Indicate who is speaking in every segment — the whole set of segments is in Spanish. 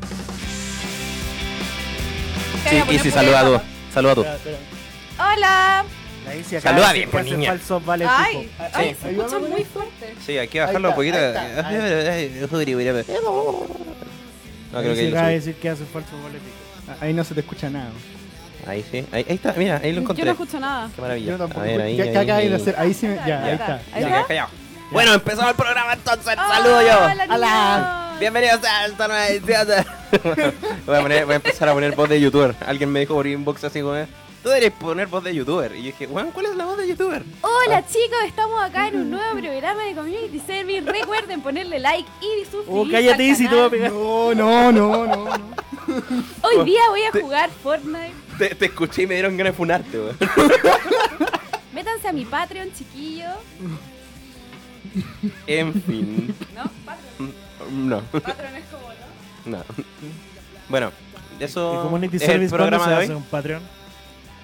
Speaker 1: pues,
Speaker 2: que
Speaker 3: Sí,
Speaker 2: voy a poner
Speaker 3: Izzy,
Speaker 2: pura
Speaker 3: saluda a
Speaker 2: de
Speaker 3: tú.
Speaker 2: papa.
Speaker 3: Saluda tú.
Speaker 1: Espera, espera.
Speaker 2: Hola.
Speaker 1: La Isi acá
Speaker 3: Saluda
Speaker 1: dice
Speaker 3: bien,
Speaker 1: que
Speaker 3: pues,
Speaker 1: hace
Speaker 3: niña.
Speaker 1: falsos vales
Speaker 2: Ay,
Speaker 1: tipo.
Speaker 2: ay,
Speaker 3: Sí.
Speaker 2: se escucha muy fuerte.
Speaker 3: Sí, aquí bajarlo
Speaker 1: Ahí
Speaker 3: un poquito.
Speaker 1: está, ahí está,
Speaker 3: No
Speaker 1: La
Speaker 3: creo
Speaker 1: Isi
Speaker 3: que
Speaker 1: acaba de
Speaker 3: ahí
Speaker 1: decir que hace falsos vales tipo. Ahí no se te escucha nada.
Speaker 3: lo- Ahí sí. Ahí, ahí está, mira, ahí lo
Speaker 2: Yo
Speaker 3: encontré.
Speaker 2: no escucho nada.
Speaker 3: Qué maravilla.
Speaker 1: Yo tampoco.
Speaker 3: A ver, ahí.
Speaker 1: ¿Qué-
Speaker 3: ahí,
Speaker 1: qué acabas
Speaker 3: ahí.
Speaker 1: de hacer? Ahí sí me. Ya,
Speaker 2: Ya
Speaker 1: ahí
Speaker 2: está,
Speaker 1: está.
Speaker 2: ahí
Speaker 3: Te
Speaker 1: ya.
Speaker 3: quedas callado. Bueno, empezamos el programa entonces. Saludo yo.
Speaker 2: Hola, niños.
Speaker 3: Bienvenidos a esta nueva edición. de- voy, a poner- voy a empezar a poner voz de youtuber. Alguien me dijo por inbox así como, tú deberías poner voz de youtuber. Y yo dije, weón, ¿cuál es la voz de youtuber?
Speaker 2: Hola chicos, estamos acá en un nuevo programa de Community Service. Recuerden ponerle like
Speaker 3: Uh,
Speaker 2: y suscribirse.
Speaker 1: Oh, cállate,
Speaker 2: al
Speaker 1: Isi, te voy
Speaker 2: canal.
Speaker 1: a pegar.
Speaker 4: No, no, no, no, no.
Speaker 2: Hoy día voy a jugar Fortnite.
Speaker 3: Te, te escuché y me dieron ganas de funarte, weón.
Speaker 2: Métanse a mi Patreon, chiquillo.
Speaker 3: En fin.
Speaker 2: ¿No? Patreon,
Speaker 3: No,
Speaker 2: Patreon es como, ¿no?
Speaker 3: no. Bueno,
Speaker 1: ¿Y
Speaker 3: eso
Speaker 1: Community
Speaker 3: es el
Speaker 1: Service cuándo se
Speaker 3: programa de
Speaker 1: hace
Speaker 3: hoy.
Speaker 1: un Patreon?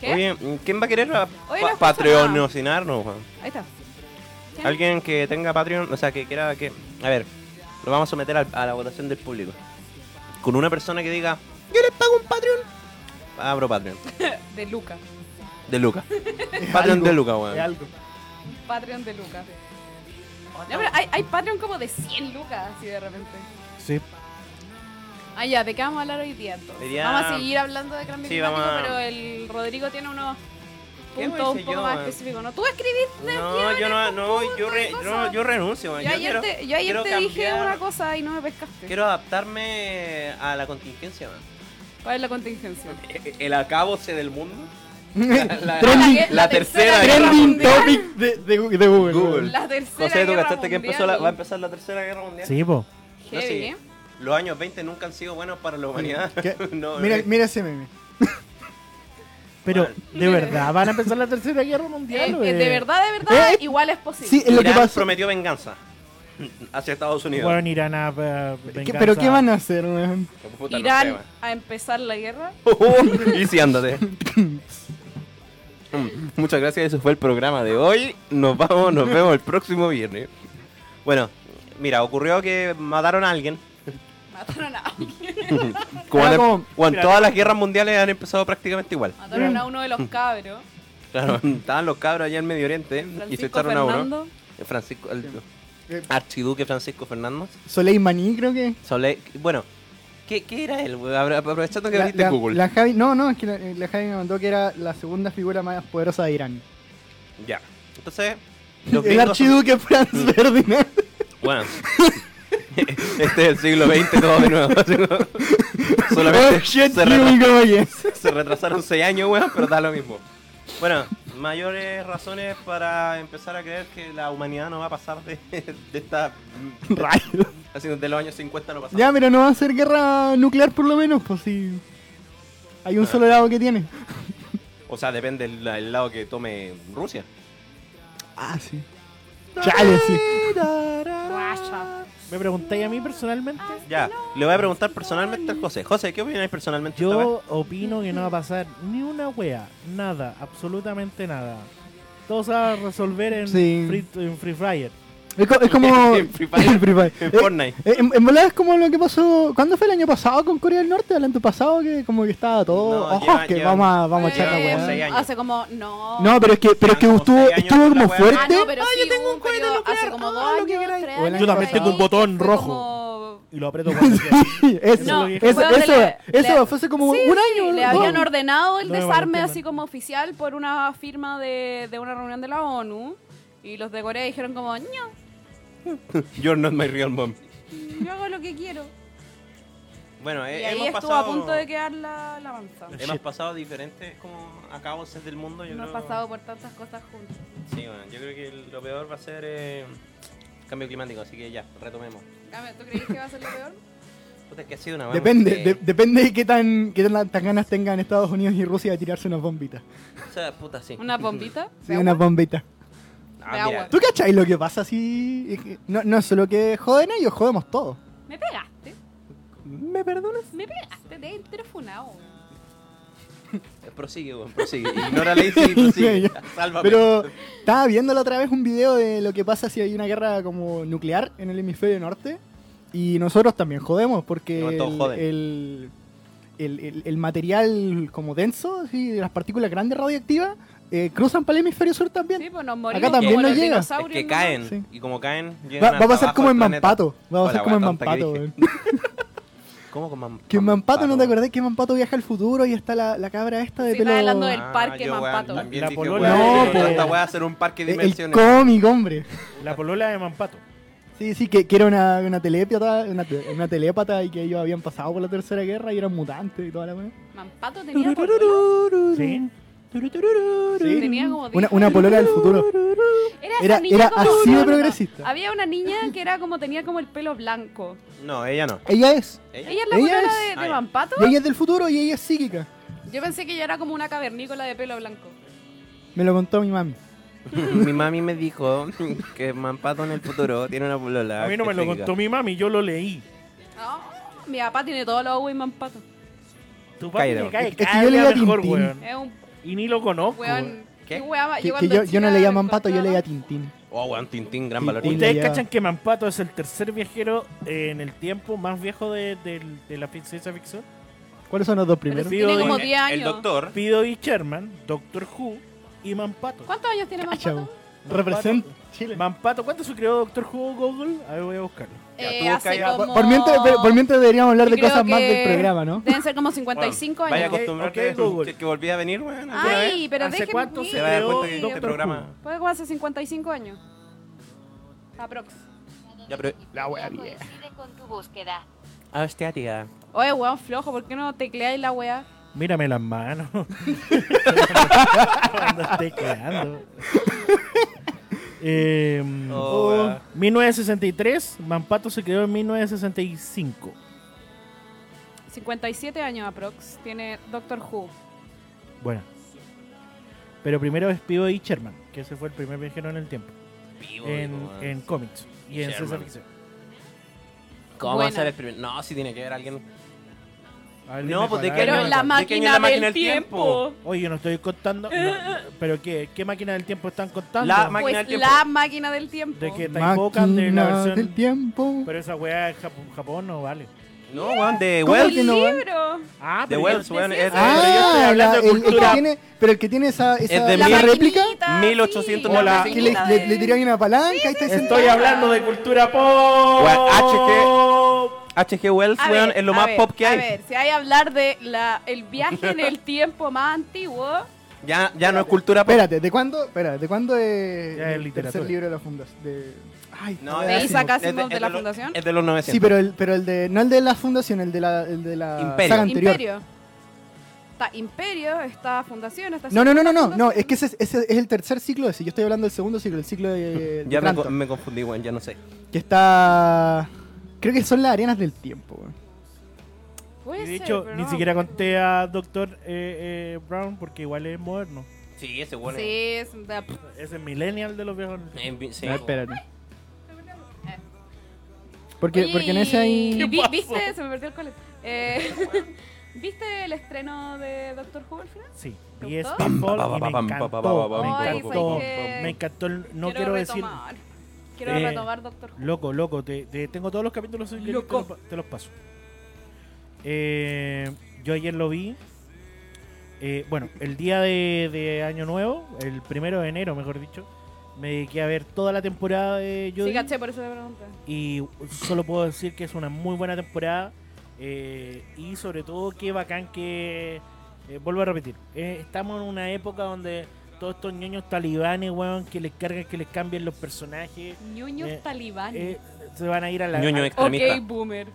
Speaker 2: ¿Qué?
Speaker 3: Oye, ¿quién va a querer
Speaker 2: Oye,
Speaker 3: a
Speaker 2: no
Speaker 3: pa
Speaker 2: escucho
Speaker 3: patreonocinarnos, weón?
Speaker 2: Ahí está. ¿Quién?
Speaker 3: Alguien que tenga Patreon, o sea, que quiera que... A ver, lo vamos a someter al- a, la votación del público. Con una persona que diga, yo les pago un Patreon. Abro Patreon.
Speaker 2: De Luca.
Speaker 3: De Luca. Patreon
Speaker 1: algo,
Speaker 3: de Luca,
Speaker 1: Es
Speaker 3: weón.
Speaker 1: algo.
Speaker 2: Patreon de Luca. No, pero hay, hay Patreon como de 100 lucas, así de repente.
Speaker 1: Sí.
Speaker 2: Ah, ya, ¿de qué vamos a hablar hoy día entonces?
Speaker 3: Hoy día-
Speaker 2: Vamos a seguir hablando de cambio
Speaker 3: Sí,
Speaker 2: climático,
Speaker 3: vamos a-
Speaker 2: pero el Rodrigo tiene unos
Speaker 3: ¿Qué
Speaker 2: puntos
Speaker 3: hice
Speaker 2: un poco
Speaker 3: yo,
Speaker 2: más
Speaker 3: eh?
Speaker 2: específicos, ¿no? Tú escribiste
Speaker 3: No, yo no, no, yo, re-
Speaker 2: cosas.
Speaker 3: no, yo renuncio, weón.
Speaker 2: Yo
Speaker 3: Yo
Speaker 2: ayer
Speaker 3: quiero-
Speaker 2: te, yo ayer
Speaker 3: quiero
Speaker 2: te dije
Speaker 3: cambiar-
Speaker 2: una cosa y no me pescaste.
Speaker 3: Quiero adaptarme a la contingencia, weón.
Speaker 2: ¿Cuál es la contingencia?
Speaker 3: El acabose del mundo. la-
Speaker 4: Trending,
Speaker 2: La
Speaker 3: la tercera guerra
Speaker 4: trending
Speaker 2: mundial.
Speaker 4: topic de, de, de Google.
Speaker 3: Google.
Speaker 2: La tercera
Speaker 3: José, ¿tú
Speaker 2: guerra
Speaker 3: cachaste que empezó la-
Speaker 2: mundial.
Speaker 3: va a empezar la tercera guerra mundial?
Speaker 1: Sí, po.
Speaker 3: No,
Speaker 2: Heavy,
Speaker 3: sí.
Speaker 2: ¿eh?
Speaker 3: Los años 20 nunca han sido buenos para la humanidad.
Speaker 4: ¿Qué?
Speaker 3: No,
Speaker 4: mira,
Speaker 3: eh,
Speaker 4: mira ese meme.
Speaker 1: Pero,
Speaker 3: Mal.
Speaker 1: ¿de verdad van a empezar la tercera guerra mundial?
Speaker 2: Eh,
Speaker 1: o
Speaker 2: eh,
Speaker 1: es-
Speaker 2: de verdad, de verdad,
Speaker 4: Eh,
Speaker 2: igual es posible.
Speaker 4: Sí, es lo que
Speaker 3: Irán
Speaker 4: pasó.
Speaker 3: prometió venganza hacia Estados Unidos.
Speaker 1: Bueno, irán a. eh,
Speaker 4: ¿Qué-
Speaker 1: venganza.
Speaker 4: ¿Pero qué van a hacer, weón?
Speaker 3: Que puta, no sé,
Speaker 2: Irán
Speaker 3: man.
Speaker 2: a empezar la guerra.
Speaker 3: y si ándate. Mm, Muchas gracias, eso fue el programa de hoy. Nos vamos, nos vemos el próximo viernes. Bueno, mira, ocurrió que mataron a alguien.
Speaker 2: Mataron a alguien.
Speaker 3: Como
Speaker 4: Era
Speaker 3: han-
Speaker 4: como-
Speaker 3: bueno, todas las guerras mundiales han empezado prácticamente igual.
Speaker 2: Mataron a uno de los cabros.
Speaker 3: Claro, estaban los cabros allá en Medio Oriente ¿eh? y se
Speaker 2: Francisco
Speaker 3: echaron a uno.
Speaker 2: Fernando.
Speaker 3: Eh, Francisco, el
Speaker 4: Eh,
Speaker 3: archiduque Francisco Fernández.
Speaker 4: Soleimani, creo que.
Speaker 3: Sole- bueno, ¿qué, qué era él? güey? Abra- Aprovechando que
Speaker 4: La-
Speaker 3: abriste
Speaker 4: la-
Speaker 3: Google.
Speaker 4: la Javi, no, no, es que la, eh, la Javi me mandó que era la segunda figura más poderosa de Irán.
Speaker 3: Ya. Entonces, los
Speaker 4: El
Speaker 3: gringos-
Speaker 4: archiduque Franz
Speaker 3: Mm.
Speaker 4: Ferdinand.
Speaker 3: Bueno. este es el siglo XX todo de nuevo. así como- Solamente
Speaker 4: Oh, shit,
Speaker 3: se,
Speaker 4: here
Speaker 3: retra-
Speaker 4: we go again.
Speaker 3: se retrasaron 6 años, weón, pero da lo mismo. Bueno, mayores razones para empezar a creer que la humanidad no va a pasar de, de esta...
Speaker 4: Rayos.
Speaker 3: Así de los años 50 no pasamos.
Speaker 4: Ya, pero no va a ser guerra nuclear por lo menos, pues si hay
Speaker 3: Ah.
Speaker 4: un solo lado que tiene.
Speaker 3: O sea, depende del del lado que tome Rusia.
Speaker 4: Ah, sí. Chale, sí.
Speaker 2: Guacha.
Speaker 1: ¿Me preguntáis a mí personalmente?
Speaker 3: Ya, le voy a preguntar personalmente al José. José, ¿qué opináis personalmente? de esta
Speaker 1: Yo opino que no va a pasar ni una wea, nada, absolutamente nada. Todo se va a resolver en,
Speaker 4: Sí.
Speaker 1: free, en Free Fire.
Speaker 4: Es, co- es como.
Speaker 3: En Free Fire.
Speaker 4: En Free Fire.
Speaker 3: En
Speaker 4: Eh,
Speaker 3: Fortnite.
Speaker 4: eh, en, en verdad es como lo que pasó. ¿Cuándo fue el año pasado con Corea del Norte? El año pasado que como que estaba todo.
Speaker 3: No,
Speaker 4: Ojo,
Speaker 3: lleva-
Speaker 4: que
Speaker 3: lleva-
Speaker 4: vamos a, vamos a echar la
Speaker 3: lleva como
Speaker 4: weá.
Speaker 3: Eh, seis años.
Speaker 2: Hace como, no.
Speaker 4: No, pero es que, pero es que
Speaker 3: Lleva como
Speaker 4: estuvo,
Speaker 3: seis años
Speaker 4: estuvo
Speaker 3: con la
Speaker 4: como
Speaker 3: weá.
Speaker 2: Ah,
Speaker 4: fuerte.
Speaker 2: no, pero sí, yo tengo un cohete Hace como dos años, tres
Speaker 4: O el
Speaker 2: años,
Speaker 4: año Yo también
Speaker 2: por
Speaker 4: tengo
Speaker 2: ahí,
Speaker 1: un botón
Speaker 2: fue
Speaker 1: rojo.
Speaker 2: como-
Speaker 1: Y lo aprieto cuando quiera.
Speaker 4: eso,
Speaker 1: No,
Speaker 4: eso,
Speaker 2: weón,
Speaker 4: eso,
Speaker 2: le-
Speaker 4: eso
Speaker 2: le-
Speaker 4: fue hace como
Speaker 2: Sí,
Speaker 4: un
Speaker 2: sí,
Speaker 4: año.
Speaker 2: le
Speaker 4: dos.
Speaker 2: habían ordenado el
Speaker 1: No me
Speaker 2: desarme
Speaker 1: molesté,
Speaker 2: así
Speaker 1: man.
Speaker 2: como oficial por una firma de, de una reunión de la ONU. Y los de Corea dijeron como, no,
Speaker 3: You're not my real mom.
Speaker 2: yo hago lo que quiero.
Speaker 3: Bueno,
Speaker 2: Y
Speaker 3: eh,
Speaker 2: ahí
Speaker 3: hemos
Speaker 2: estuvo
Speaker 3: pasado...
Speaker 2: a punto de quedar la, la manzana.
Speaker 3: Hemos pasado diferentes como acaboses del mundo, yo
Speaker 2: Hemos
Speaker 3: creo.
Speaker 2: pasado por tantas cosas juntos.
Speaker 3: Sí, bueno, yo creo que lo peor va a ser eh, cambio climático, así que ya, retomemos.
Speaker 2: Cami, ¿Tú crees que va a ser lo peor?
Speaker 3: Puta, es que ha sido una
Speaker 4: Depende,
Speaker 3: eh,
Speaker 4: de- depende de qué tan, qué tan, tan ganas tengan Estados Unidos y Rusia de tirarse unas bombitas.
Speaker 3: O sea, puta, sí.
Speaker 2: ¿Una bombita?
Speaker 4: Sí, unas bombitas.
Speaker 3: Ah,
Speaker 2: de
Speaker 3: mira,
Speaker 2: agua.
Speaker 4: ¿Tú cachai lo que pasa si.? es que No, no es solo que joden ellos, jodemos todos.
Speaker 2: ¿Me pegaste?
Speaker 4: ¿Me perdonas?
Speaker 2: Me pegaste, te he entrefunado.
Speaker 3: eh, Prosigue, weón, prosigue. Ignora la y prosigue.
Speaker 4: Ya,
Speaker 3: Sálvame.
Speaker 4: Pero estaba viendo la otra vez un video de lo que pasa si hay una guerra como nuclear en el hemisferio norte. Y nosotros también jodemos porque
Speaker 3: Bueno, todos
Speaker 4: el,
Speaker 3: joden.
Speaker 4: el- el, el- el material como denso, así, de las partículas grandes radioactivas, eh, cruzan para el hemisferio sur también.
Speaker 2: Sí, pues nos morimos
Speaker 4: también
Speaker 2: como
Speaker 4: no
Speaker 2: los
Speaker 4: llega.
Speaker 3: Es
Speaker 2: dinosaurios.
Speaker 3: que
Speaker 2: ¿no?
Speaker 3: caen.
Speaker 4: Sí.
Speaker 3: Y como caen,
Speaker 4: Va,
Speaker 3: llegan
Speaker 4: va a
Speaker 3: hasta
Speaker 4: pasar
Speaker 3: abajo
Speaker 4: como
Speaker 3: del
Speaker 4: en
Speaker 3: planeta.
Speaker 4: Mampato. Va a
Speaker 3: Hola,
Speaker 4: pasar como en
Speaker 3: guatota que
Speaker 4: Mampato,
Speaker 3: dije.
Speaker 4: weón.
Speaker 3: ¿Cómo con Mampato?
Speaker 4: Que en Mampato, ¿no te acordás que en Mampato viaja al futuro y está la, la cabra esta de
Speaker 2: Sí,
Speaker 4: pelo...
Speaker 2: estaba hablando del
Speaker 4: Ah,
Speaker 2: parque
Speaker 3: yo, weón,
Speaker 2: Mampato.
Speaker 3: también
Speaker 1: La
Speaker 3: dije,
Speaker 1: polola
Speaker 3: weón,
Speaker 4: de-
Speaker 3: con
Speaker 4: No,
Speaker 3: esta
Speaker 1: po.
Speaker 3: weá hacer un parque de
Speaker 4: eh, El
Speaker 3: dimensiones.
Speaker 4: cómic, hombre.
Speaker 1: La polola de Mampato.
Speaker 4: Sí, sí, que, que era una, una telépata, una, te- una telépata y que ellos habían pasado por la Tercera Guerra y eran mutantes y toda la weá.
Speaker 2: Mampato tenía pololo.
Speaker 1: Sí.
Speaker 4: Sí.
Speaker 2: Tenía como
Speaker 4: Una,
Speaker 2: diez
Speaker 4: una
Speaker 2: años.
Speaker 4: polola del futuro.
Speaker 2: Era, esa
Speaker 4: era-
Speaker 2: niña
Speaker 4: era
Speaker 2: como
Speaker 4: así de
Speaker 2: blonda.
Speaker 4: progresista.
Speaker 2: Había una niña que era como tenía como el pelo blanco.
Speaker 3: No, ella no.
Speaker 4: Ella es.
Speaker 3: Ella-
Speaker 2: ¿Ella es la
Speaker 4: Ella
Speaker 2: polola
Speaker 4: es-
Speaker 2: de, de
Speaker 3: Ah, ya.
Speaker 2: Mampato?
Speaker 4: Y ella es del futuro y ella es psíquica.
Speaker 2: Yo pensé que ella era como una cavernícola de pelo blanco.
Speaker 4: Me lo contó mi mami.
Speaker 3: Mi mami me dijo que Mampato en el futuro tiene una polola.
Speaker 1: A mí no
Speaker 3: que
Speaker 1: me lo
Speaker 3: siga.
Speaker 1: contó mi mami, yo lo leí.
Speaker 2: Oh, mi papá tiene todos los ojos en Mampato.
Speaker 1: Tu papi
Speaker 3: Cállate,
Speaker 1: me cae
Speaker 4: Es que yo
Speaker 1: cada
Speaker 4: leía
Speaker 1: día mejor,
Speaker 4: Tintín.
Speaker 1: weón.
Speaker 2: Es un
Speaker 1: Y ni lo conozco.
Speaker 2: weón.
Speaker 3: ¿Qué?
Speaker 2: que weaba-
Speaker 4: Que- que
Speaker 2: Ah, cuando
Speaker 4: yo, yo no
Speaker 2: chica
Speaker 4: leía
Speaker 2: lo
Speaker 4: Mampato, yo
Speaker 2: encontraba-
Speaker 4: leía Tintín.
Speaker 3: Oh, weón, Tintín, gran
Speaker 4: Sí,
Speaker 3: valor.
Speaker 4: Tintín.
Speaker 1: Ustedes
Speaker 4: ya.
Speaker 1: cachan que Mampato es el tercer viajero eh, en el tiempo más viejo de, del- de la fi- ciencia ficción.
Speaker 4: ¿Cuáles son los dos
Speaker 2: Pero
Speaker 4: primeros?
Speaker 2: si tiene
Speaker 1: Pido
Speaker 2: como
Speaker 1: de-
Speaker 2: 10
Speaker 3: El
Speaker 2: años.
Speaker 3: doctor.
Speaker 1: Pido y Sherman, Doctor Who y Mampato.
Speaker 2: ¿Cuántos años tiene
Speaker 4: Cacha,
Speaker 2: Mampato?
Speaker 4: bo. Representa Chile.
Speaker 1: Mampato, ¿cuánto se creó Doctor Who Google? A ver, voy a buscarlo.
Speaker 3: Ya,
Speaker 2: Eh,
Speaker 3: tú
Speaker 2: hace
Speaker 3: calla.
Speaker 2: como...
Speaker 4: Por mientras, pero por mientras deberíamos hablar
Speaker 2: Yo
Speaker 4: de cosas
Speaker 2: creo
Speaker 4: más
Speaker 2: que
Speaker 4: del programa, ¿no?
Speaker 2: Deben ser como 55
Speaker 3: Vaya
Speaker 2: años.
Speaker 1: con-
Speaker 3: acostumbrarte
Speaker 1: Ok, Google.
Speaker 3: que- que volví a venir, weón. alguna vez.
Speaker 2: Ay, pero
Speaker 1: ¿Hace
Speaker 2: déjenme
Speaker 1: cuánto
Speaker 2: ir.
Speaker 1: se
Speaker 3: Se va a dar
Speaker 1: creó
Speaker 3: cuenta que este
Speaker 1: Doctor
Speaker 3: programa.
Speaker 2: Fue como hace 55 años. Aprox.
Speaker 3: Ya, pero.
Speaker 5: La wea coincide con tu búsqueda.
Speaker 3: Hostia, tía.
Speaker 2: Oye, weón flojo, ¿por qué no tecleáis la weá?
Speaker 1: Mírame las manos. Cuando esté creando. Em,
Speaker 3: Oh, weón.
Speaker 1: 1963, Mampato se creó en 1965.
Speaker 2: 57 años aprox tiene Doctor Who.
Speaker 1: Bueno. Pero primero es Pivo y Sherman, que ese fue el primer viajero en el tiempo.
Speaker 3: Vivo,
Speaker 1: En,
Speaker 3: vivo, weón.
Speaker 1: en cómics y en
Speaker 3: Sherman.
Speaker 1: ciencia ficción.
Speaker 3: ¿Cómo va a
Speaker 2: Bueno.
Speaker 3: ser el primer? No, si tiene que haber alguien.
Speaker 1: A ver,
Speaker 3: No,
Speaker 1: dime
Speaker 3: pues, ¿de qué
Speaker 1: cuál es.
Speaker 2: Pero
Speaker 3: año?
Speaker 2: la
Speaker 3: ¿De qué año es
Speaker 2: máquina,
Speaker 3: la máquina
Speaker 2: del
Speaker 3: del
Speaker 2: tiempo.
Speaker 1: Oye, yo no estoy contando. no, ¿Pero qué? ¿Qué máquina del tiempo están contando?
Speaker 3: La ma-
Speaker 2: Pues
Speaker 3: Máquina del tiempo.
Speaker 2: la máquina del tiempo.
Speaker 1: ¿De qué? ¿Te invocan de la
Speaker 4: Máquina
Speaker 1: versión?
Speaker 4: del tiempo.
Speaker 1: Pero esa weá en Japón, Japón no vale.
Speaker 3: No, weón, de
Speaker 4: ¿Cómo
Speaker 3: Wells.
Speaker 4: que
Speaker 2: El
Speaker 4: no va?
Speaker 2: libro.
Speaker 1: Ah,
Speaker 3: De
Speaker 1: pero
Speaker 3: Wells,
Speaker 1: yo-
Speaker 3: weón. Es de-
Speaker 1: pero yo estoy
Speaker 4: Ah,
Speaker 1: hablando
Speaker 4: la-
Speaker 1: de
Speaker 4: el, el que
Speaker 1: cultura.
Speaker 4: tiene, pero el que tiene esa, esa
Speaker 3: de
Speaker 4: la
Speaker 3: mil-
Speaker 4: réplica,
Speaker 2: maquinita,
Speaker 3: 1800
Speaker 2: sí, la
Speaker 1: Hola.
Speaker 4: que le,
Speaker 2: maquinita
Speaker 4: le,
Speaker 2: de-
Speaker 4: le tiran una palanca y está ahí
Speaker 1: Estoy
Speaker 4: sentado.
Speaker 1: hablando de cultura pop.
Speaker 3: Weón, HG Wells,
Speaker 2: A
Speaker 3: weón,
Speaker 2: ver,
Speaker 3: es lo
Speaker 2: a
Speaker 3: más
Speaker 2: ver,
Speaker 3: pop que
Speaker 2: A
Speaker 3: hay.
Speaker 2: ver, si hay a hablar de la, el viaje en el tiempo más antiguo,
Speaker 3: Ya, ya no es cultura pop.
Speaker 4: Espérate, ¿de cuándo? Espera, ¿de cuándo es
Speaker 1: Ya es
Speaker 4: el
Speaker 1: literatura.
Speaker 4: tercer libro de la fundación? De... Ay,
Speaker 3: No,
Speaker 2: ¿De
Speaker 4: de
Speaker 3: es-
Speaker 2: Isaac
Speaker 3: es
Speaker 2: Asimov de
Speaker 3: es
Speaker 2: la
Speaker 3: los-
Speaker 2: fundación?
Speaker 3: Es de los 900.
Speaker 4: Sí, pero el, pero el de no el de la fundación, el de la el de la
Speaker 3: Imperio.
Speaker 4: saga anterior.
Speaker 2: Imperio. Está Imperio, está Fundación, está...
Speaker 4: No, no, no, no, no, no, es que ese, es- ese es el tercer ciclo ese. Yo estoy hablando del segundo ciclo, el ciclo de, de
Speaker 3: Ya me,
Speaker 4: Branton,
Speaker 3: co- me confundí, weón, ya no sé.
Speaker 4: que está creo que son las arenas del tiempo. weón.
Speaker 2: Puede
Speaker 1: Y de
Speaker 2: ser,
Speaker 1: hecho,
Speaker 2: pero
Speaker 1: ni
Speaker 2: no.
Speaker 1: siquiera conté a Doctor eh, eh, Brown porque igual es moderno.
Speaker 3: Sí, ese weón.
Speaker 2: Sí, es de-
Speaker 1: Ese es millennial de los viejos.
Speaker 4: A ver, espérate. Porque porque en ese
Speaker 2: Oye,
Speaker 4: hay
Speaker 2: vi-
Speaker 1: pasó?
Speaker 2: ¿Viste? Se me perdió el cole. Eh, ¿Viste el estreno de Doctor Who al final?
Speaker 1: Sí,
Speaker 2: ¿Te
Speaker 1: y es
Speaker 2: gustó?
Speaker 1: Pitfall
Speaker 3: Pam,
Speaker 1: y me
Speaker 3: pam, pam, pam, pam,
Speaker 1: encantó.
Speaker 3: pam,
Speaker 1: Me
Speaker 2: pam,
Speaker 1: encantó.
Speaker 2: pam, pam.
Speaker 1: Me encantó. el- No quiero decir.
Speaker 2: retomar. Quiero
Speaker 1: Eh,
Speaker 2: retomar Doctor Who.
Speaker 1: Loco, loco, te, te- tengo todos los capítulos en que
Speaker 2: Loco.
Speaker 1: te los pa- Te, los paso. Eh, yo ayer lo vi. Eh, bueno, el día de, de Año Nuevo, el primero de enero, mejor dicho, me dediqué a ver toda la temporada de
Speaker 2: Sí,
Speaker 1: Judy.
Speaker 2: caché, por eso te pregunté.
Speaker 1: y solo puedo decir que es una muy buena temporada. eh, y sobre todo, qué bacán que. eh, vuelvo a repetir, eh, estamos en una época donde todos estos ñoños talibanes, weón, que les cargan, que les cambien los personajes.
Speaker 2: Ñuños
Speaker 1: Eh,
Speaker 2: talibanes.
Speaker 1: Eh, se van a ir a la.
Speaker 3: Ñoño
Speaker 1: a-
Speaker 3: extremista.
Speaker 2: ok, boomer.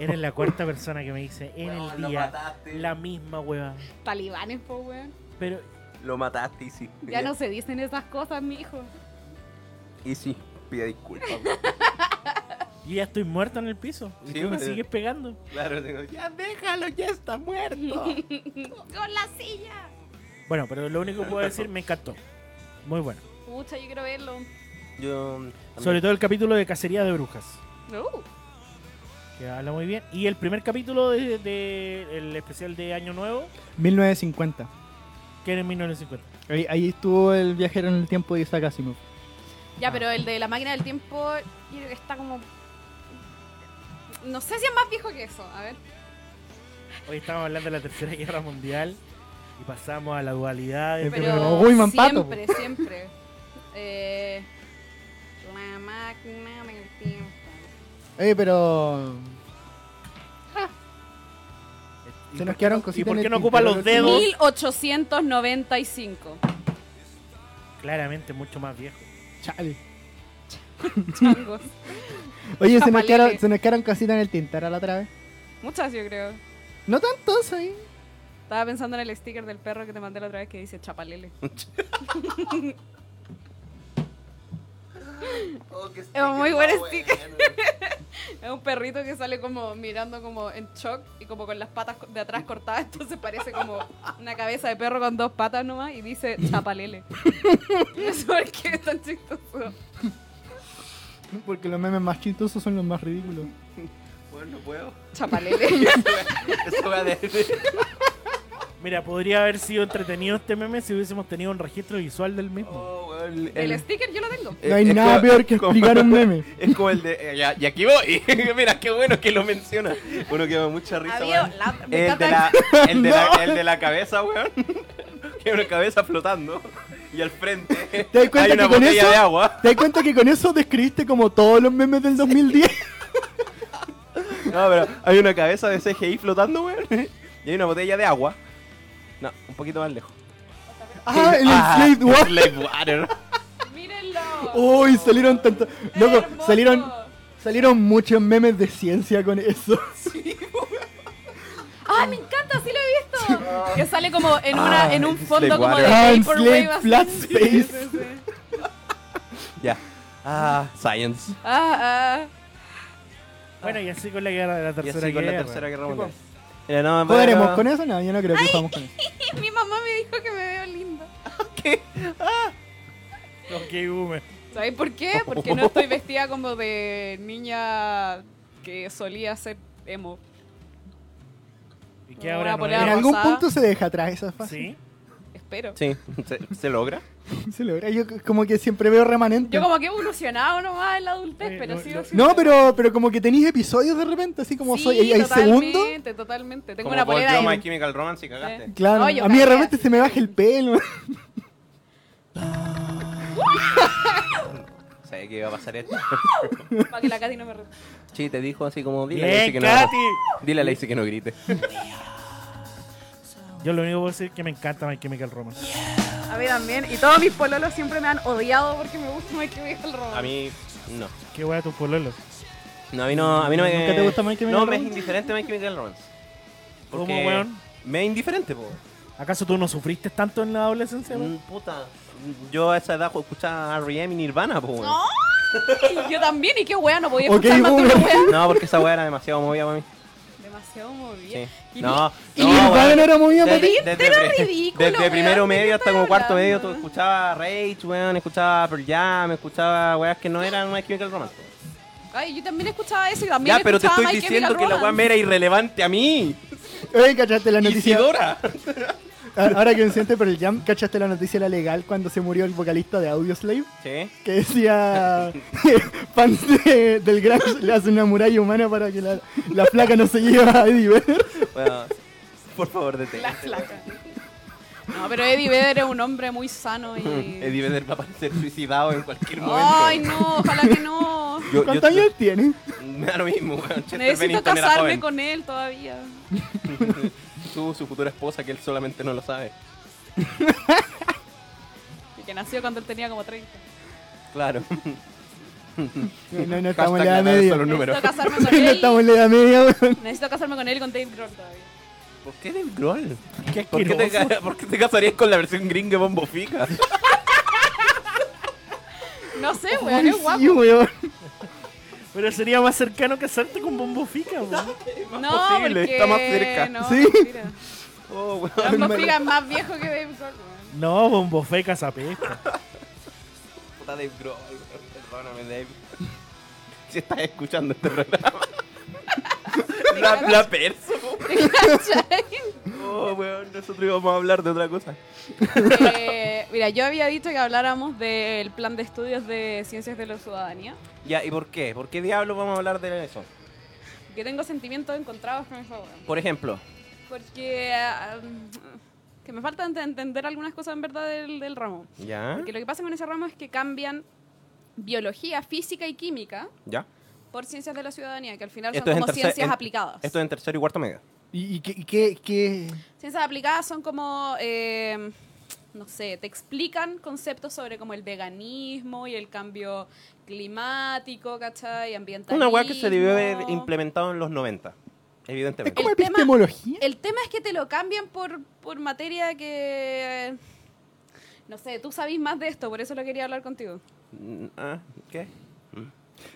Speaker 1: eres la cuarta persona que me dice en el
Speaker 3: lo
Speaker 1: día
Speaker 3: mataste.
Speaker 1: la misma hueva.
Speaker 2: Talibanes, po, weón.
Speaker 1: Pero
Speaker 3: Lo mataste, y sí.
Speaker 2: Ya no se dicen esas cosas, mijo.
Speaker 3: Y sí, pide disculpas.
Speaker 1: yo ya estoy muerto en el piso. Y
Speaker 3: Sí,
Speaker 1: tú me
Speaker 3: weón.
Speaker 1: sigues pegando.
Speaker 3: claro, tengo. Ya déjalo, ya está muerto.
Speaker 2: Con la silla.
Speaker 1: Bueno, pero lo único que puedo decir, me encantó. Muy bueno.
Speaker 2: Pucha, yo quiero verlo.
Speaker 3: Yo.
Speaker 1: Sobre todo el capítulo de Cacería de Brujas.
Speaker 2: Uh,
Speaker 1: Que habla muy bien. Y el primer capítulo del de, el especial de Año Nuevo,
Speaker 4: 1950.
Speaker 1: que era en 1950.
Speaker 4: Ahí, ahí estuvo el viajero en el tiempo de Isaac Asimov.
Speaker 2: Ya,
Speaker 1: Ah.
Speaker 2: pero el de la máquina del tiempo creo que está como. No sé si es más viejo que eso. A ver.
Speaker 1: Hoy estamos hablando de la Tercera Guerra Mundial y pasamos a la dualidad. de-
Speaker 4: Pero
Speaker 2: Pero
Speaker 4: uy, mampato,
Speaker 2: siempre, siempre. Eh, la máquina del tiempo.
Speaker 4: Eh, pero.
Speaker 1: ¿Y
Speaker 4: Se
Speaker 1: por
Speaker 4: nos
Speaker 1: qué
Speaker 4: quedaron
Speaker 1: no- ¿Y
Speaker 4: cositas
Speaker 1: por
Speaker 4: en
Speaker 1: qué
Speaker 4: el
Speaker 1: no ocupa
Speaker 4: tintero,
Speaker 1: los
Speaker 4: chicos?
Speaker 1: dedos?
Speaker 2: 1895.
Speaker 1: Claramente mucho más viejo.
Speaker 4: Chale.
Speaker 2: Changos.
Speaker 4: Oye, se nos,
Speaker 2: Chapalele.
Speaker 4: quedaron, se nos quedaron cositas en el tintero la otra vez.
Speaker 2: Muchas, yo creo.
Speaker 4: No tantos ahí.
Speaker 2: Estaba pensando en el sticker del perro que te mandé la otra vez que dice chapalele.
Speaker 3: Oh,
Speaker 2: Es un muy buen sticker. es un perrito que sale como mirando como en shock y como con las patas de atrás cortadas, entonces parece como una cabeza de perro con dos patas nomás y dice chapalele. no sé por qué es tan chistoso.
Speaker 4: Porque los memes más chistosos son los más ridículos.
Speaker 3: Bueno, no puedo.
Speaker 2: Chapalele.
Speaker 3: Eso va de...
Speaker 1: Mira, podría haber sido entretenido este meme si hubiésemos tenido un registro visual del mismo.
Speaker 3: Oh, weón,
Speaker 2: El,
Speaker 3: el-
Speaker 2: sticker yo lo tengo.
Speaker 3: Eh,
Speaker 4: No hay
Speaker 3: es
Speaker 4: nada
Speaker 3: como-
Speaker 4: peor que
Speaker 3: como-
Speaker 4: explicar un meme.
Speaker 3: Es como el de. eh, ya- y aquí voy. Mira, qué bueno que lo menciona. Uno que da mucha risa,
Speaker 2: Había
Speaker 3: weón.
Speaker 2: la- me
Speaker 3: El de,
Speaker 2: encanta-
Speaker 3: la, el, de
Speaker 4: No.
Speaker 3: la, el de la cabeza, weón. Que hay una cabeza flotando. Y al frente
Speaker 4: ¿Te das
Speaker 3: hay
Speaker 4: cuenta
Speaker 3: una
Speaker 4: que con
Speaker 3: botella
Speaker 4: eso-
Speaker 3: de agua.
Speaker 4: ¿Te das cuenta que con eso describiste como todos los memes del 2010?
Speaker 3: No, pero hay una cabeza de CGI flotando, weón. Y hay una botella de agua. No, un poquito más lejos.
Speaker 4: ah, el Slave War.
Speaker 3: Slave Water.
Speaker 2: Mírenlo.
Speaker 4: Uy, salieron tantos. Oh, Loco,
Speaker 2: Hermoso.
Speaker 4: salieron, salieron muchos memes de ciencia con eso.
Speaker 2: ¡Ay, me encanta! ¡Sí lo he visto! Que sale como en, una,
Speaker 3: Ah,
Speaker 2: en un
Speaker 3: Slave
Speaker 2: fondo como de
Speaker 3: Water.
Speaker 4: Ah, en
Speaker 2: Vaporwave.
Speaker 4: Slave
Speaker 2: así.
Speaker 4: Flat
Speaker 2: Sí,
Speaker 4: Space.
Speaker 2: sí, sí.
Speaker 3: Ya. Ah, Science.
Speaker 2: Ah, ah.
Speaker 1: Bueno, y así con la guerra de la
Speaker 3: Y
Speaker 1: Tercera
Speaker 3: así con
Speaker 1: Guerra.
Speaker 3: la tercera guerra mundial. Mira, no, pero-
Speaker 4: ¿Jugaremos con eso? No, yo no creo que jugamos con eso.
Speaker 2: Y mi mamá me dijo que me veo linda.
Speaker 1: Ok, boomer.
Speaker 2: ¿Sabes por qué? Porque no estoy vestida como de niña que solía ser emo.
Speaker 1: ¿Y qué
Speaker 2: Me voy
Speaker 1: ahora
Speaker 2: a
Speaker 1: no
Speaker 2: poner
Speaker 1: es?
Speaker 4: En
Speaker 2: la
Speaker 4: algún
Speaker 2: rosada.
Speaker 4: punto se deja atrás esa fase.
Speaker 1: Sí.
Speaker 2: Espero.
Speaker 3: Sí, ¿se, se logra?
Speaker 4: Se logra. Yo como que siempre veo remanentes.
Speaker 2: Yo como que he evolucionado nomás en la adultez,
Speaker 1: Eh,
Speaker 2: pero
Speaker 1: no,
Speaker 2: sigo
Speaker 1: no.
Speaker 2: siendo-
Speaker 4: No, pero, pero como que tenéis episodios de repente, así como
Speaker 2: Sí,
Speaker 4: soy. ¿Hay, hay
Speaker 2: totalmente,
Speaker 4: segundo?
Speaker 2: totalmente. Tengo
Speaker 3: Como
Speaker 2: una
Speaker 3: Paul
Speaker 2: polera
Speaker 3: Joe,
Speaker 2: de-
Speaker 3: My Chemical Romance y cagaste.
Speaker 2: Sí.
Speaker 4: Claro.
Speaker 2: No, yo
Speaker 4: a mí de
Speaker 2: cambié.
Speaker 4: repente se me baja el pelo.
Speaker 3: Sabía que iba a pasar esto.
Speaker 2: para que la Katy no me... re-
Speaker 3: Sí, te dijo así como, dile a Lacey
Speaker 1: ¡Bien,
Speaker 3: que
Speaker 1: Katy!
Speaker 3: no. Dile a Lacey que no grite.
Speaker 1: Yo lo único que puedo decir es que me encanta My Chemical Romance.
Speaker 2: A mí también. Y todos mis pololos siempre me han odiado porque me gusta My Chemical Romance.
Speaker 3: A mí, no.
Speaker 1: Qué wea tus pololos.
Speaker 3: No, a mí no, a mí no me...
Speaker 4: ¿Nunca te gusta My Chemical
Speaker 3: No, me es
Speaker 4: Romance?
Speaker 3: indiferente My Chemical Romance.
Speaker 1: ¿Cómo,
Speaker 3: Porque
Speaker 1: weón?
Speaker 3: Me es indiferente, po.
Speaker 1: ¿Acaso tú no sufriste tanto en la adolescencia? weón?
Speaker 3: Mm, puta. Yo a esa edad jo- escuchaba R.E.M. y Nirvana, po. weón.
Speaker 2: Y yo también, y qué wea, no podía
Speaker 4: Ok,
Speaker 2: escuchar más de una
Speaker 4: boomer.
Speaker 2: wea.
Speaker 3: No, porque esa weá era demasiado movida para mí.
Speaker 2: Demasiado movida.
Speaker 3: Sí.
Speaker 2: Y
Speaker 3: No,
Speaker 4: y Nirvana
Speaker 3: weón.
Speaker 4: no era movida para
Speaker 3: Desde-
Speaker 4: ti.
Speaker 3: desde
Speaker 2: era
Speaker 3: pri-
Speaker 2: ridículo,
Speaker 3: Desde
Speaker 2: weón,
Speaker 3: primero
Speaker 2: ¿de qué
Speaker 3: medio hasta como
Speaker 2: estás
Speaker 3: cuarto medio
Speaker 2: hablando?
Speaker 3: tú escuchaba Rage, weón, escuchaba Pearl Jam, escuchaba weas que no eran My Chemical Romance. po.
Speaker 2: Ay, yo también escuchaba eso y también
Speaker 3: Ya, pero te
Speaker 2: escuchaba
Speaker 3: estoy
Speaker 2: My
Speaker 3: diciendo
Speaker 2: Chemical
Speaker 3: que la weá
Speaker 2: Romance.
Speaker 3: me era irrelevante a mí.
Speaker 4: Oye, ¿cachaste la noticia?
Speaker 3: Isidora.
Speaker 4: Ah, Ahora que me siento por el jam, ¿cachaste la noticia la legal cuando se murió el vocalista de Audioslave?
Speaker 3: Sí.
Speaker 4: Que decía fans de- del grunge le hacen una muralla humana para que la, la placa no se lleve a Eddie Vedder.
Speaker 3: Bueno, por favor, detente.
Speaker 2: La flaca. No, pero Eddie Vedder es un hombre muy sano y...
Speaker 3: Eddie Vedder va a parecer suicidado en cualquier momento.
Speaker 2: Ay, no, ojalá que no.
Speaker 3: Yo, yo,
Speaker 4: ¿Cuántos años tiene?
Speaker 3: Me da lo mismo, weón. Chester
Speaker 2: Necesito
Speaker 3: Bennington era
Speaker 2: casarme
Speaker 3: joven.
Speaker 2: con él todavía.
Speaker 3: Tuvo su futura esposa que él solamente no lo sabe.
Speaker 2: Y que nació cuando él tenía como 30.
Speaker 3: Claro.
Speaker 4: No, no estamos
Speaker 3: Hashtag la
Speaker 4: en la edad
Speaker 3: edad
Speaker 4: media.
Speaker 3: solo
Speaker 4: No
Speaker 3: un- número.
Speaker 2: Necesito casarme con
Speaker 4: estamos
Speaker 2: él.
Speaker 4: en la edad media, weón.
Speaker 2: Necesito casarme con él y con Dave Grohl todavía.
Speaker 3: ¿Por qué Dave Grohl?
Speaker 1: Qué
Speaker 3: ¿Por qué, te,
Speaker 1: asqueroso.
Speaker 3: ca- por qué te casarías con la versión gringa de Bombo Fica?
Speaker 2: No sé,
Speaker 4: Ay,
Speaker 2: weón, es
Speaker 4: sí,
Speaker 2: guapo.
Speaker 4: weón.
Speaker 1: Pero sería más cercano casarte con Bombo Fica, weón.
Speaker 2: No,
Speaker 3: posible,
Speaker 2: porque...
Speaker 3: está más cerca.
Speaker 2: No,
Speaker 4: Sí.
Speaker 2: mentira.
Speaker 3: Oh, weón.
Speaker 2: Pero Ambos figan más viejo que Dave Grohl, weón.
Speaker 1: No, Bombo Fica zapesta.
Speaker 3: Puta Dave Grohl. Perdóname, Dave. Si estás escuchando este programa. la, la perso. Oh, weón. Nosotros íbamos a hablar de otra cosa.
Speaker 2: Eh, mira, yo había dicho que habláramos del plan de estudios de ciencias de la ciudadanía.
Speaker 3: Ya, ¿y por qué? ¿Por qué diablo vamos a hablar de eso?
Speaker 2: Yo tengo sentimientos encontrados con esa weá.
Speaker 3: Por ejemplo,
Speaker 2: Porque. ah, que me falta ent- entender algunas cosas en verdad del, del ramo.
Speaker 3: ¿ya?
Speaker 2: Porque lo que pasa con ese ramo es que cambian biología, física y química
Speaker 3: ¿Ya?
Speaker 2: por ciencias de la ciudadanía, que al final
Speaker 3: Esto es
Speaker 2: son
Speaker 3: en
Speaker 2: como
Speaker 3: tercer-
Speaker 2: ciencias
Speaker 3: en-
Speaker 2: aplicadas.
Speaker 3: Esto es en tercero y cuarto medio.
Speaker 4: ¿Y, y qué, y qué, qué-
Speaker 2: Ciencias aplicadas son como, eh, no sé, te explican conceptos sobre como el veganismo y el cambio climático, ¿cachai? Ambiental.
Speaker 3: Una weá que se debió haber implementado en los 90,
Speaker 4: ¿Es
Speaker 3: evidentemente.
Speaker 4: como
Speaker 2: El tema-
Speaker 4: epistemología?
Speaker 2: El tema es que te lo cambian por, por materia que... No sé, tú sabís más de esto, por eso lo quería hablar contigo.
Speaker 3: Mm, ah, ¿Qué?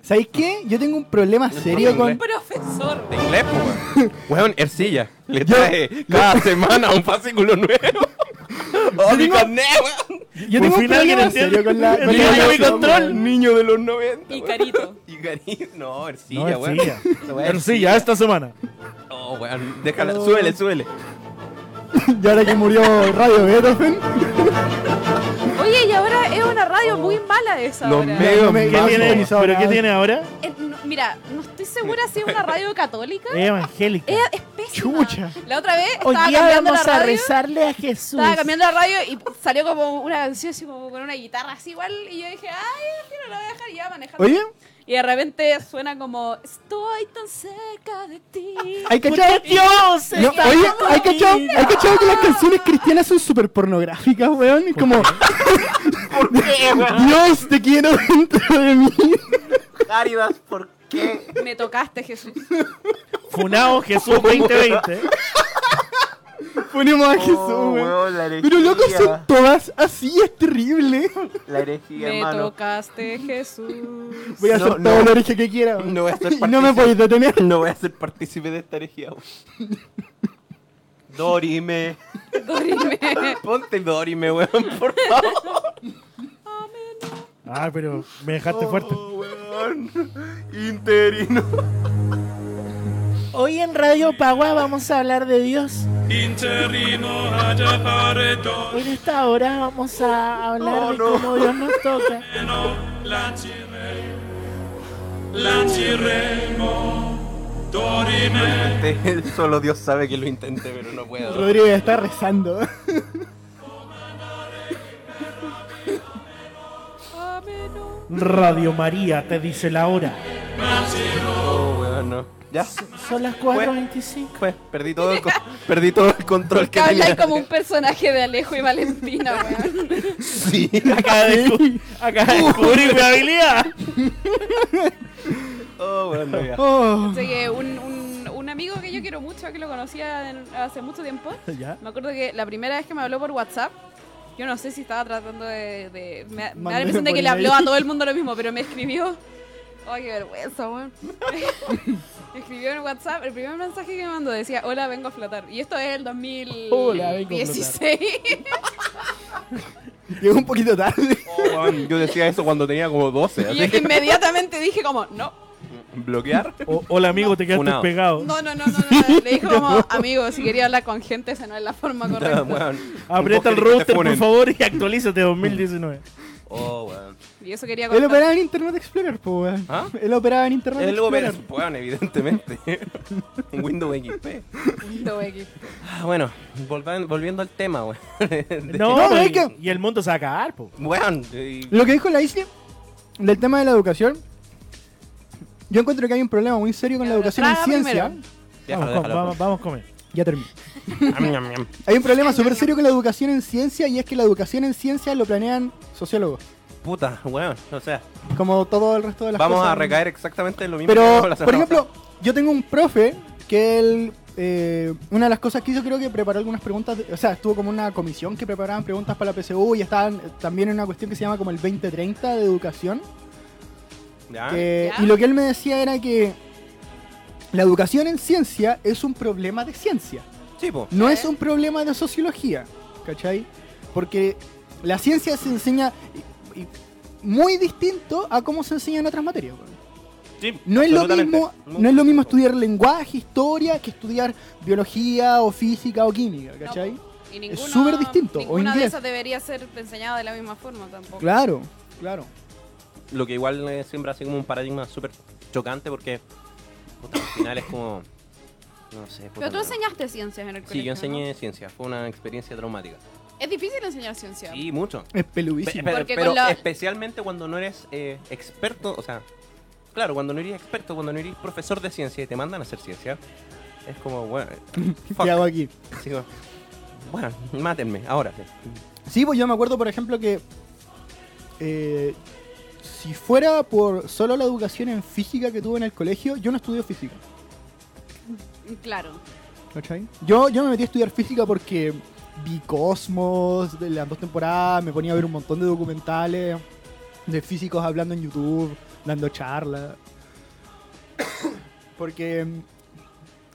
Speaker 4: ¿Sabéis qué? Yo tengo un problema serio
Speaker 3: problema.
Speaker 4: con...
Speaker 2: Profesor.
Speaker 3: De inglés, po, weón. Weón, Ercilla. Le
Speaker 4: Yo-
Speaker 3: trae cada semana un fascículo nuevo. ¡Oh, mi
Speaker 4: tengo-
Speaker 3: carné, weón!
Speaker 4: Yo tengo
Speaker 1: Por
Speaker 4: un
Speaker 1: fin alguien
Speaker 4: problema
Speaker 1: entiende.
Speaker 4: serio con la... con
Speaker 1: Niño
Speaker 4: la-
Speaker 1: de mi control.
Speaker 3: Niño de los 90.
Speaker 2: Y
Speaker 3: weón.
Speaker 2: carito.
Speaker 3: Y cari- No,
Speaker 1: No,
Speaker 3: Ercilla, weón.
Speaker 1: Ercilla.
Speaker 3: Esa weá es
Speaker 1: Ercilla, esta semana.
Speaker 3: Oh, weón. Déjala. Súbele, súbele.
Speaker 4: Y ahora que murió Radio Beethoven...
Speaker 2: Oye, y ahora es una radio muy mala esa.
Speaker 3: Los
Speaker 2: ahora.
Speaker 3: medios
Speaker 4: No me-
Speaker 1: ¿Qué
Speaker 4: Más
Speaker 1: tiene,
Speaker 4: organizado
Speaker 1: ¿Pero
Speaker 4: nada.
Speaker 1: qué tiene ahora?
Speaker 2: Eh, no, mira, no estoy segura si es una radio católica.
Speaker 1: Es evangélica.
Speaker 4: Eh,
Speaker 2: Es, es pésima.
Speaker 4: Chucha.
Speaker 2: La otra vez estaba cambiando la radio.
Speaker 1: rezarle a Jesús.
Speaker 2: Estaba cambiando la radio y salió como una canción así como con una guitarra así igual. Y yo dije, ay, no la voy a dejar ya manejando.
Speaker 4: Oye,
Speaker 2: Y de repente suena como, estoy tan cerca de ti.
Speaker 4: ¿hay cachado?
Speaker 1: Dios!
Speaker 4: No,
Speaker 1: está
Speaker 4: oye,
Speaker 1: como
Speaker 4: ¿hay cachado?
Speaker 1: mí.
Speaker 4: ¿Hay cachado que las canciones cristianas son súper pornográficas, weón? Y como... Dios, te quiero dentro de mí.
Speaker 3: Cáridas, ¿por qué?
Speaker 2: Me tocaste, Jesús.
Speaker 1: Funao Jesús 2020.
Speaker 4: Ponemos a Jesús,
Speaker 3: Oh,
Speaker 4: weón.
Speaker 3: weón, la herejía.
Speaker 4: Pero loco, son todas así, es terrible.
Speaker 3: La herejía,
Speaker 2: Me
Speaker 3: hermano.
Speaker 2: tocaste, Jesús.
Speaker 4: Voy a
Speaker 3: No,
Speaker 4: hacer
Speaker 3: no.
Speaker 4: todo lo origen que quiera. weón.
Speaker 3: No voy a ser
Speaker 4: Y no me
Speaker 3: partícipe.
Speaker 4: podéis detener.
Speaker 3: No voy a ser partícipe de esta herejía, weón. Dorime.
Speaker 2: Dorime.
Speaker 3: Ponte Dorime, weón, por favor.
Speaker 1: Ah, pero me dejaste fuerte.
Speaker 3: Oh, weón. Interino.
Speaker 1: Hoy en Radio Pagua vamos a hablar de Dios.
Speaker 6: Interrimo alla paredo,
Speaker 1: En esta hora vamos a hablar
Speaker 3: Oh, de no. cómo
Speaker 1: Dios nos toca.
Speaker 6: no, lanciremo, lanciremo, dorime,
Speaker 3: Solo Dios sabe que lo intenté, pero no puedo.
Speaker 4: Rodrigo está rezando.
Speaker 1: Radio María te dice la hora.
Speaker 3: Oh, weón, no. Ya.
Speaker 1: Son las 4.25.
Speaker 3: Fue. Perdí todo el, co- perdí todo el control que
Speaker 2: Que habláis
Speaker 3: tenía.
Speaker 2: como un personaje de Alejo y Valentina, weón.
Speaker 3: Sí.
Speaker 1: Acaba de descubrir, acaba de descubrir mi habilidad.
Speaker 3: Oh, weón, no, ya.
Speaker 4: Oh.
Speaker 2: Así que un, un, un amigo que yo quiero mucho, que lo conocía en- hace mucho tiempo,
Speaker 1: ¿Ya?
Speaker 2: me acuerdo que la primera vez que me habló por WhatsApp, yo no sé si estaba tratando de... de- me, da- me da la
Speaker 4: Mandarle
Speaker 2: impresión de
Speaker 4: por
Speaker 2: que le habló
Speaker 4: email.
Speaker 2: a todo el mundo lo mismo, pero me escribió... Ay, qué vergüenza, weón. me escribió en WhatsApp, el primer mensaje que me mandó decía, hola, vengo a flotar. Y esto es el 2016.
Speaker 1: Hola, vengo a
Speaker 4: Llegó un poquito tarde.
Speaker 3: Oh, weón, Yo decía eso cuando tenía como 12,
Speaker 2: y
Speaker 3: así
Speaker 2: es que
Speaker 3: que
Speaker 2: inmediatamente dije como, no,
Speaker 3: bloquear.
Speaker 1: O- hola amigo, te quedaste
Speaker 3: Funao.
Speaker 1: pegado.
Speaker 2: no, no, no, no. no, no. Le dijo como, amigo, si quería hablar con gente, esa no es la forma correcta.
Speaker 3: Weón,
Speaker 1: Aprieta el
Speaker 3: vos querés que te
Speaker 1: router por
Speaker 3: funen.
Speaker 1: favor y actualízate 2019.
Speaker 3: Oh, weón.
Speaker 2: Y eso quería
Speaker 4: Él
Speaker 2: contar.
Speaker 4: operaba en Internet Explorer, po, weón.
Speaker 3: ¿Ah?
Speaker 4: Él operaba en Internet
Speaker 3: Él lo
Speaker 4: Explorer.
Speaker 3: verás, weón, evidentemente. En Windows XP.
Speaker 2: Lindo, X.
Speaker 3: Ah, bueno, volvan- volviendo al tema, weón. De-
Speaker 1: No,
Speaker 4: No,
Speaker 1: pero
Speaker 4: es
Speaker 1: y-
Speaker 4: que-
Speaker 1: y el mundo se va a cagar, po.
Speaker 3: Weón. y-
Speaker 4: Lo que dijo la Isla del tema de la educación, yo encuentro que hay un problema muy serio con
Speaker 2: Ya,
Speaker 4: la
Speaker 2: pero
Speaker 4: educación en
Speaker 2: traga
Speaker 4: ciencia.
Speaker 2: primero.
Speaker 3: Déjalo, déjalo.
Speaker 1: Vamos,
Speaker 3: pues.
Speaker 1: vamos, vamos a comer.
Speaker 4: Ya termino.
Speaker 3: Am, am, am.
Speaker 4: Hay un problema súper serio con la educación en ciencia y es que la educación en ciencia lo planean sociólogos,
Speaker 3: Puta, weón. O sea,
Speaker 4: como todo el resto de las
Speaker 3: vamos
Speaker 4: cosas.
Speaker 3: a recaer exactamente en lo mismo. que
Speaker 4: Pero,
Speaker 3: dijimos la
Speaker 4: por
Speaker 3: semana
Speaker 4: ejemplo, yo tengo un profe que él, eh, una de las cosas que hizo, creo que preparó algunas preguntas, de- o sea, estuvo como una comisión que preparaban preguntas para la PSU y estaban eh, también en una cuestión que se llama como el 2030 de educación.
Speaker 3: pasada. Ya.
Speaker 4: que-
Speaker 2: ¿Ya?
Speaker 4: Y lo que él me decía era que la educación en ciencia es un problema de ciencia.
Speaker 3: Sí, po.
Speaker 4: No es un problema de sociología, ¿cachai? Porque la ciencia se enseña y- y muy distinto a cómo se enseña en otras materias. weón. No es, lo
Speaker 3: absolutamente.
Speaker 4: mismo, no es lo mismo estudiar lenguaje, historia, que estudiar biología o física o química, ¿cachai?
Speaker 2: Y ninguna-
Speaker 4: súper distinto, o
Speaker 2: Ninguna de
Speaker 4: inglés.
Speaker 2: esas debería ser enseñada de la misma forma tampoco.
Speaker 4: Claro, claro.
Speaker 3: Lo que igual eh, siempre hace como un paradigma súper chocante porque puta, al final es como. No sé. puta,
Speaker 2: Pero tú
Speaker 3: no.
Speaker 2: enseñaste ciencias en el colegio.
Speaker 3: Sí, yo enseñé
Speaker 2: ¿no?
Speaker 3: ciencia. Fue una experiencia traumática.
Speaker 2: Es difícil enseñar ciencia.
Speaker 3: Sí, mucho. Pe-
Speaker 4: Es peludísimo.
Speaker 3: pero
Speaker 2: Porque
Speaker 3: pero
Speaker 2: con la-
Speaker 3: especialmente cuando no eres eh, experto, o sea, claro, cuando no eres experto, cuando no eres profesor de ciencia y te mandan a hacer ciencia, es como, bueno, eh, fuck.
Speaker 4: ¿Qué hago aquí?
Speaker 3: Así como, bueno, mátenme, ahora. sí.
Speaker 4: Sí, pues yo me acuerdo, por ejemplo, que eh, si fuera por solo la educación en física que tuve en el colegio, yo no estudio física.
Speaker 2: Claro.
Speaker 4: ¿cachai? Yo, yo me metí a estudiar física porque vi Cosmos, de las dos temporadas, me ponía a ver un montón de documentales de físicos hablando en YouTube, dando charlas. Porque mm,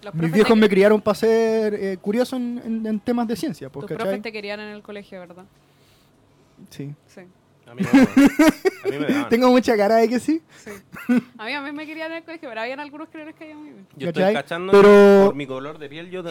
Speaker 2: Los
Speaker 4: mis
Speaker 2: profes
Speaker 4: viejos
Speaker 2: te-
Speaker 4: me criaron para ser eh, curioso en, en- en temas de ciencia, pues,
Speaker 2: Tus
Speaker 4: ¿cachai?
Speaker 2: profes te querían en el colegio, ¿verdad?
Speaker 4: Sí.
Speaker 2: Sí.
Speaker 3: A mí, no, a mí me daban.
Speaker 4: Tengo mucha cara de que sí.
Speaker 2: sí. A mí a mí me querían en el colegio, pero habían algunos que no les caían muy bien.
Speaker 3: Yo estoy
Speaker 4: ¿cachai?
Speaker 3: cachando
Speaker 4: Pero-
Speaker 3: por mi color de piel, yo y- y-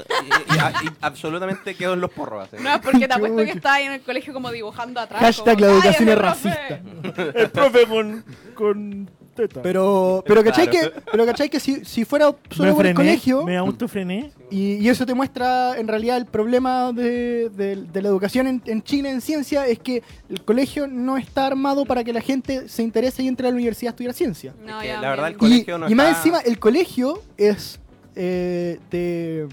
Speaker 3: y- y absolutamente quedo en los porros. así.
Speaker 2: No, es porque te apuesto que
Speaker 4: Chucha.
Speaker 2: estaba ahí en el colegio como dibujando atrás.
Speaker 4: Hashtag
Speaker 2: como,
Speaker 4: la
Speaker 2: "Ay,
Speaker 4: educación
Speaker 2: ese
Speaker 4: es
Speaker 2: profe".
Speaker 4: racista.
Speaker 1: El profe con, con teta.
Speaker 4: Pero, pero ¿cachai
Speaker 3: Claro.
Speaker 4: que, pero ¿cachai que si, si fuera solo por el colegio
Speaker 1: me autofrené.
Speaker 4: y, y eso te muestra en realidad el problema de, de- de la educación en, en Chile en ciencia es que el colegio no está armado para que la gente se interese y entre a la universidad a estudiar ciencia.
Speaker 2: No,
Speaker 3: Es que
Speaker 2: ya,
Speaker 3: la verdad,
Speaker 2: bien.
Speaker 3: el
Speaker 4: Y,
Speaker 3: colegio no
Speaker 4: y más
Speaker 3: está-
Speaker 4: encima el colegio es eh, te,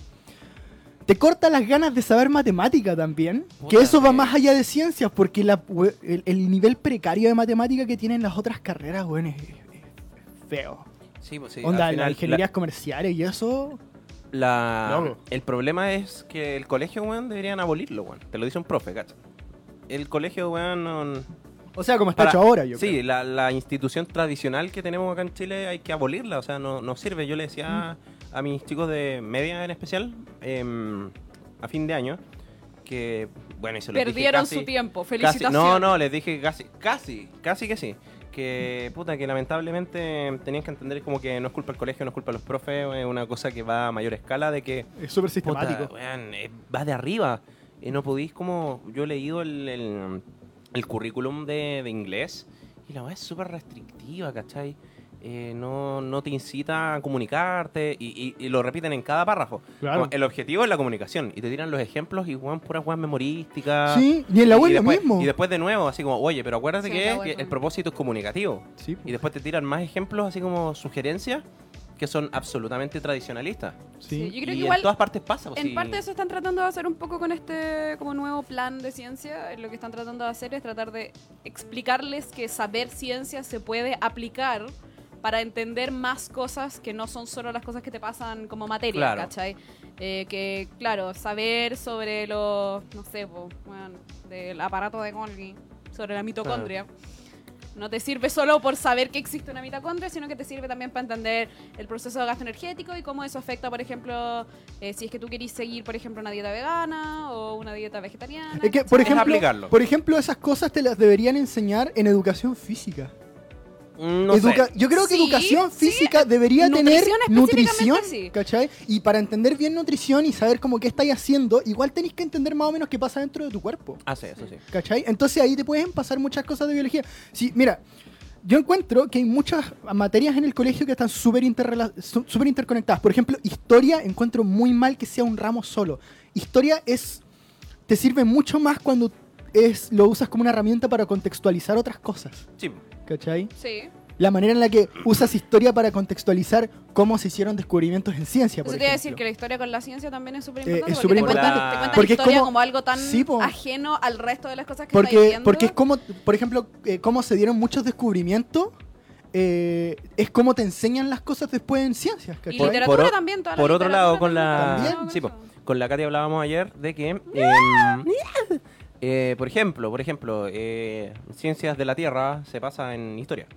Speaker 4: te corta las ganas de saber matemática también, que
Speaker 3: Puta,
Speaker 4: eso va
Speaker 3: sí.
Speaker 4: más allá de ciencias porque la, we- el, el nivel precario de matemática que tienen las otras carreras, bueno, es- es feo.
Speaker 3: Sí, pues sí,
Speaker 4: Onda,
Speaker 3: al
Speaker 4: las
Speaker 3: final,
Speaker 4: ingenierías comerciales y eso.
Speaker 3: La,
Speaker 1: No.
Speaker 3: El problema es que el colegio, weón, deberían abolirlo, weón. Te lo dice un profe, cacha. El colegio, weón, no-
Speaker 4: O sea, como está
Speaker 3: Para-
Speaker 4: hecho ahora, yo
Speaker 3: sí,
Speaker 4: creo.
Speaker 3: la, la institución tradicional que tenemos acá en Chile hay que abolirla, o sea, no, no sirve. Yo le decía
Speaker 4: Mm.
Speaker 3: a, a mis chicos de media en especial, em, a fin de año, que, bueno, y se los dije
Speaker 2: Perdieron
Speaker 3: casi-
Speaker 2: su tiempo.
Speaker 3: casi-
Speaker 2: Felicitaciones.
Speaker 3: no, no, les dije casi, casi, casi que sí. Que, puta, que lamentablemente tenían que entender como que no es culpa del colegio, no es culpa de los profes, es una cosa que va a mayor escala de que
Speaker 4: Es súper
Speaker 3: Puta,
Speaker 4: sistemático.
Speaker 3: weón, eh, va de arriba. Y no podís como... Yo he leído el, el- el currículum de, de inglés y la weá es súper restrictiva, ¿cachai? Eh, no, no te incita a comunicarte y, y- y lo repiten en cada párrafo.
Speaker 4: Claro.
Speaker 3: Como El objetivo es la comunicación y te tiran los ejemplos y weón, puras weas memorísticas.
Speaker 4: sí, y en la web
Speaker 3: ah, y
Speaker 4: lo
Speaker 3: después,
Speaker 4: mismo.
Speaker 3: y después de nuevo, así como, oye, pero acuérdate
Speaker 2: Sí,
Speaker 3: que
Speaker 2: la
Speaker 3: es-
Speaker 2: web
Speaker 3: que el
Speaker 2: también.
Speaker 3: propósito es comunicativo.
Speaker 4: Sí,
Speaker 3: Y después te tiran más ejemplos, así como sugerencias, que son absolutamente tradicionalistas.
Speaker 2: Sí,
Speaker 4: sí.
Speaker 2: yo creo
Speaker 3: y
Speaker 2: que
Speaker 3: en
Speaker 2: igual
Speaker 3: todas partes pasa. pues,
Speaker 2: En
Speaker 3: sí.
Speaker 2: parte eso están tratando de hacer un poco con este como nuevo plan de ciencia. Eh, Lo que están tratando de hacer es tratar de explicarles que saber ciencia se puede aplicar para entender más cosas que no son solo las cosas que te pasan como materia,
Speaker 3: Claro.
Speaker 2: ¿cachai? Eh, que, claro, saber sobre los, no sé, po, weón, del aparato de Golgi, sobre la mitocondria, no te sirve solo por saber que existe una mitocondria, sino que te sirve también para entender el proceso de gasto energético y cómo eso afecta, por ejemplo, eh, si es que tú querís seguir, por ejemplo, una dieta vegana o una dieta vegetariana.
Speaker 4: Es que, por
Speaker 2: ¿cachai?
Speaker 4: ejemplo,
Speaker 3: aplicarlo.
Speaker 4: por ejemplo, esas cosas te las deberían enseñar en educación física.
Speaker 3: Mm, No
Speaker 4: Educa-
Speaker 3: sé.
Speaker 4: Yo creo que
Speaker 2: Sí,
Speaker 4: educación
Speaker 2: sí.
Speaker 4: física debería tener
Speaker 2: Nutrición específicamente
Speaker 4: nutrición,
Speaker 2: sí.
Speaker 4: ¿cachai? Y para entender bien nutrición y saber como qué estáis haciendo, igual tenéis que entender más o menos qué pasa dentro de tu cuerpo.
Speaker 3: Ah, sí, eso sí.
Speaker 4: ¿Cachai? Entonces ahí te pueden pasar muchas cosas de biología. Sí, mira, yo encuentro que hay muchas materias en el colegio que están súper interrela- su- súper interconectadas. Por ejemplo, historia encuentro muy mal que sea un ramo solo. Historia es te sirve mucho más cuando es lo usas como una herramienta para contextualizar otras cosas.
Speaker 3: Sí.
Speaker 4: ¿Cachai?
Speaker 2: Sí.
Speaker 4: La manera en la que usas historia para contextualizar cómo se hicieron descubrimientos en ciencia, por
Speaker 2: Eso te iba a decir
Speaker 4: ejemplo.
Speaker 2: que la historia con la ciencia también es súper
Speaker 4: Eh,
Speaker 2: importante.
Speaker 4: es
Speaker 2: porque te
Speaker 4: superimportante.
Speaker 2: cuentan, te cuentan
Speaker 4: Porque es
Speaker 2: historia
Speaker 4: como-
Speaker 2: como, algo tan
Speaker 4: Sí, po.
Speaker 2: ajeno al resto de las cosas que estás
Speaker 4: Porque,
Speaker 2: viendo.
Speaker 4: porque es como, por ejemplo, eh, cómo se dieron muchos descubrimientos, eh, es como te enseñan las cosas después en ciencias,
Speaker 2: Y
Speaker 4: ¿cachai?
Speaker 3: Por-
Speaker 2: literatura
Speaker 3: por o-
Speaker 2: también. toda la
Speaker 3: Por otro
Speaker 2: literatura
Speaker 3: lado, con
Speaker 2: también
Speaker 3: la.
Speaker 2: está
Speaker 3: Sí, po.
Speaker 2: relacionada con eso.
Speaker 3: con la Katy hablábamos ayer de que. em, eh, por ejemplo, por ejemplo, eh, ciencias de la Tierra se pasa en historia.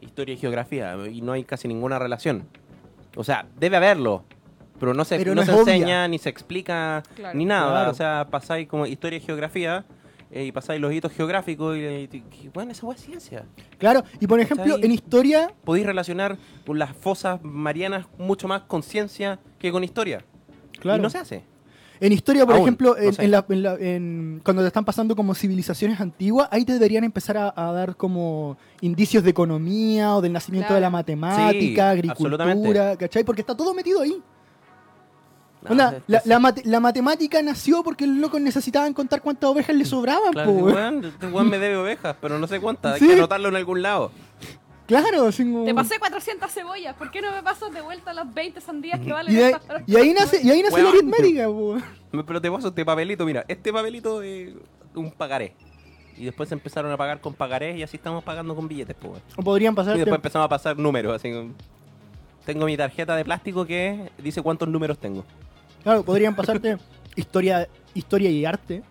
Speaker 3: Historia y geografía. Y no hay casi ninguna relación. O sea, debe haberlo. Pero no se,
Speaker 4: Pero
Speaker 3: no
Speaker 4: no
Speaker 3: se
Speaker 4: es obvia.
Speaker 3: enseña, ni se explica,
Speaker 2: Claro.
Speaker 3: ni nada.
Speaker 4: Claro.
Speaker 3: O sea, pasáis como historia y geografía. eh, y pasáis los hitos geográficos. Y, y- y- bueno, esa hueá es ciencia.
Speaker 4: Claro, y por ejemplo,
Speaker 3: ¿Cachai?
Speaker 4: en historia,
Speaker 3: podéis relacionar con las fosas marianas mucho más con ciencia que con historia.
Speaker 4: claro,
Speaker 3: Y no se hace.
Speaker 4: En historia, por
Speaker 3: Aún,
Speaker 4: ejemplo,
Speaker 3: no
Speaker 4: en-
Speaker 3: sé.
Speaker 4: en la- en la- en- cuando te están pasando como civilizaciones antiguas, ahí te deberían empezar a, a dar como indicios de economía o del nacimiento
Speaker 2: Claro.
Speaker 4: de la matemática,
Speaker 3: Sí,
Speaker 4: agricultura,
Speaker 3: absolutamente.
Speaker 4: ¿cachai? Porque está todo metido ahí.
Speaker 3: No,
Speaker 4: Onda,
Speaker 3: es-
Speaker 4: la,
Speaker 3: es-
Speaker 4: la mate- la matemática nació porque los locos necesitaban contar cuántas ovejas le sobraban,
Speaker 3: Mm, Claro,
Speaker 4: po,
Speaker 3: sí,
Speaker 4: weón.
Speaker 3: weón, este weón me debe ovejas, pero no sé cuántas. Hay
Speaker 4: Sí.
Speaker 3: que anotarlo en algún lado.
Speaker 4: Claro, así como-
Speaker 2: Te pasé 400 cebollas, ¿por qué no me pasas de vuelta las 20 sandías que valen
Speaker 4: Y, de-
Speaker 2: esta-
Speaker 4: y ahí nace, y ahí nace la
Speaker 3: Weón.
Speaker 4: aritmética, po, weón.
Speaker 3: Me- Pero te paso este papelito, mira, este papelito es un pagaré. Y después empezaron a pagar con pagarés y así estamos pagando con billetes, pues. weón.
Speaker 4: O podrían pasar.
Speaker 3: Y después empezamos a pasar números, así como- Tengo mi tarjeta de plástico que dice cuántos números tengo.
Speaker 4: Claro, podrían pasarte historia, historia y arte,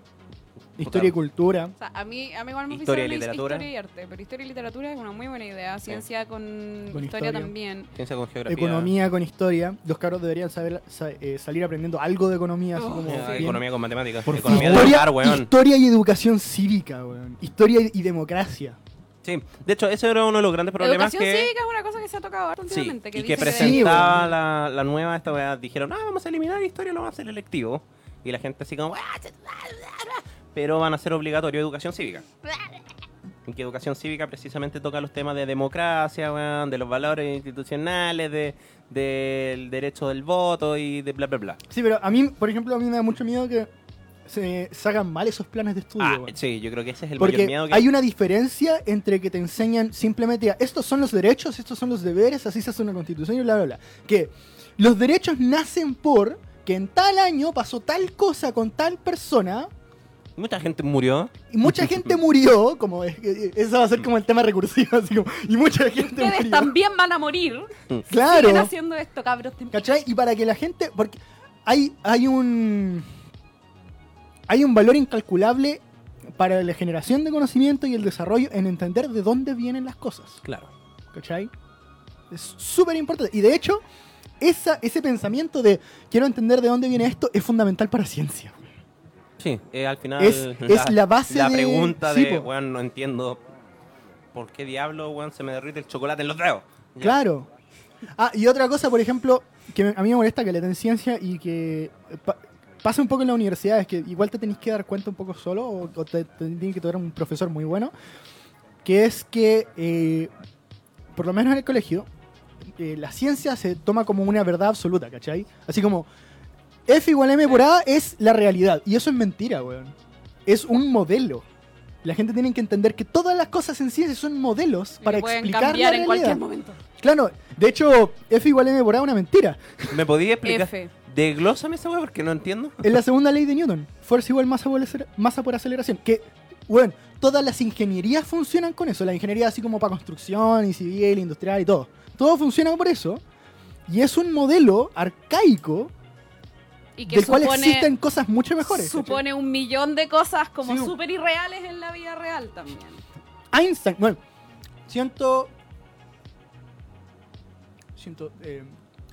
Speaker 4: historia y
Speaker 3: Puta,
Speaker 4: cultura.
Speaker 2: O sea, a mí, a mí igual me
Speaker 3: Historia y
Speaker 2: oficial es
Speaker 3: literatura.
Speaker 2: historia y arte, pero historia y literatura es una muy buena idea. Ciencia con,
Speaker 4: Con
Speaker 2: historia,
Speaker 4: historia.
Speaker 2: también.
Speaker 3: Ciencia con geografía.
Speaker 4: Economía con historia. Los cabros deberían saber sa- eh, salir aprendiendo algo de economía. así
Speaker 2: Oh,
Speaker 4: como
Speaker 3: Ah,
Speaker 4: bien.
Speaker 3: economía con matemáticas.
Speaker 4: Por
Speaker 3: economía
Speaker 4: favor.
Speaker 3: de
Speaker 4: historia,
Speaker 3: hogar, weón.
Speaker 4: historia y educación cívica, weón. Historia y democracia.
Speaker 3: Sí, de hecho, ese era uno de los grandes problemas
Speaker 2: Educación
Speaker 3: que.
Speaker 2: cívica es una cosa que se ha tocado ahora
Speaker 3: Sí,
Speaker 2: últimamente.
Speaker 3: y que
Speaker 2: dicen
Speaker 4: presenta-
Speaker 3: presentaba
Speaker 4: Sí,
Speaker 3: la, la nueva, esta weá, dijeron, ah, vamos a eliminar historia, lo vamos a hacer electivo. Y la gente así como, "Ah, se- bla, bla, bla", pero van a ser obligatorio educación cívica. Y que educación cívica precisamente toca los temas de democracia, weón, de los valores institucionales, de, del derecho del voto y de bla, bla, bla.
Speaker 4: Sí, pero a mí, por ejemplo, a mí me da mucho miedo que se sacan mal esos planes de estudio.
Speaker 3: ah,
Speaker 4: weón.
Speaker 3: sí, yo creo que ese es el mayor
Speaker 4: Porque
Speaker 3: miedo que
Speaker 4: hay una diferencia entre que te enseñan simplemente a, estos son los derechos, estos son los deberes, así se hace una constitución y bla, bla, bla. Que los derechos nacen por que en tal año pasó tal cosa con tal persona
Speaker 3: mucha gente murió.
Speaker 4: y mucha gente murió, como es- eh, eso va a ser como el tema recursivo, así como, y mucha gente
Speaker 2: Ustedes
Speaker 4: murió.
Speaker 2: también van a morir. Siguen
Speaker 4: Claro,
Speaker 2: haciendo esto, cabros. Te-
Speaker 4: ¿cachai? Y para que la gente, porque hay, hay un... Hay un valor incalculable para la generación de conocimiento y el desarrollo en entender de dónde vienen las cosas.
Speaker 3: Claro.
Speaker 4: ¿Cachai? Es súper importante. Y de hecho, esa, ese pensamiento de quiero entender de dónde viene esto es fundamental para ciencia.
Speaker 3: Sí, eh, al final.
Speaker 4: Es- es la base
Speaker 3: La
Speaker 4: de-
Speaker 3: pregunta
Speaker 4: sí,
Speaker 3: de,
Speaker 4: po.
Speaker 3: weón, no entiendo por qué diablo, weón, se me derrite el chocolate en los dedos. Ya.
Speaker 4: Claro. Ah, y otra cosa, por ejemplo, que me- a mí me molesta que le den ciencia y que eh, pa- pasa un poco en la universidad, es que igual te tenés que dar cuenta un poco solo o, o te, te tiene que tocar un profesor muy bueno, que es que, eh, por lo menos en el colegio, eh, la ciencia se toma como una verdad absoluta, ¿cachai? Así como F igual a M por A es la realidad. Y eso es mentira, weón. Es un modelo. La gente tiene que entender que todas las cosas en ciencia son modelos
Speaker 2: que
Speaker 4: para
Speaker 2: pueden
Speaker 4: explicar la
Speaker 2: cambiar en
Speaker 4: realidad.
Speaker 2: cualquier momento.
Speaker 4: Claro, de hecho, F igual a M por A es una mentira.
Speaker 3: ¿Me podías explicar?
Speaker 2: F.
Speaker 3: Deglósame esa weá porque no entiendo.
Speaker 4: Es la segunda ley de Newton. Fuerza igual masa por, aceler- masa por aceleración. Que, bueno, todas las ingenierías funcionan con eso. La ingeniería así como para construcción y civil, industrial y todo. Todo funciona por eso. Y es un modelo arcaico
Speaker 2: Y que
Speaker 4: del cual
Speaker 2: supone-
Speaker 4: existen cosas mucho mejores. ¿cachai?
Speaker 2: Supone un millón de cosas como
Speaker 4: Sí, un-
Speaker 2: súper irreales en la vida real también.
Speaker 4: Einstein, bueno, ciento... ciento eh,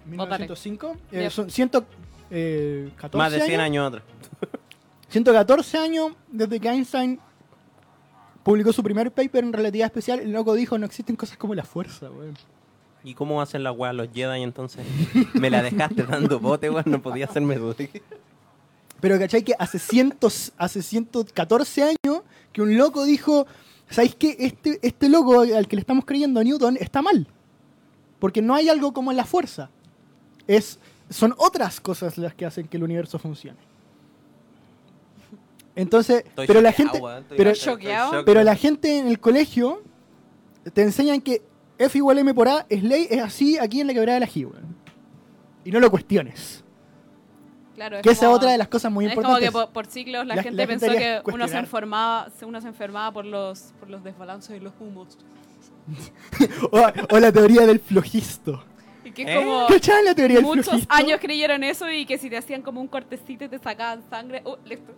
Speaker 2: Votaré.
Speaker 4: 1905, eh,
Speaker 2: Ya.
Speaker 4: son 114
Speaker 3: Más de 100
Speaker 4: años.
Speaker 3: años atrás.
Speaker 4: 114 años desde que Einstein publicó su primer paper en relatividad especial, el loco dijo, no existen cosas como la fuerza, weón.
Speaker 3: ¿Y cómo hacen la weá los Jedi entonces? Me la dejaste dando bote, weón, no podía hacerme duda.
Speaker 4: Pero ¿cachai? Que hace, cientos, hace 114 años que un loco dijo, ¿sabéis qué? Este, este loco al que le estamos creyendo a Newton está mal. Porque no hay algo como la fuerza. Es, son otras cosas las que hacen que el universo funcione. Entonces,
Speaker 3: Estoy
Speaker 4: pero la
Speaker 3: choqueado,
Speaker 4: gente...
Speaker 3: weón, estoy-
Speaker 4: pero-
Speaker 3: estoy- estoy
Speaker 2: Choqueado.
Speaker 3: shock.
Speaker 4: Pero la gente en el colegio te enseñan que F igual a M por A es ley, es así aquí en la quebrada de la G, weón. Y no lo cuestiones.
Speaker 2: Claro, es
Speaker 4: que esa es
Speaker 2: como-
Speaker 4: otra de las cosas muy
Speaker 2: es como
Speaker 4: importantes.
Speaker 2: que por, por siglos la,
Speaker 4: La-
Speaker 2: gente
Speaker 4: la gente
Speaker 2: pensó
Speaker 4: debería
Speaker 2: que uno se,
Speaker 4: cuestionar.
Speaker 2: enfermaba, se- uno se enfermaba por los, por los desbalances de los humos.
Speaker 4: O, o la teoría del flojisto.
Speaker 2: Y que es
Speaker 3: ¿Eh?
Speaker 2: como...
Speaker 4: ¿Cachaban la teoría del
Speaker 2: Oh, Muchos
Speaker 4: flojisto?
Speaker 2: años creyeron eso y que si te hacían como un cortecito y te sacaban sangre. Uh, listo.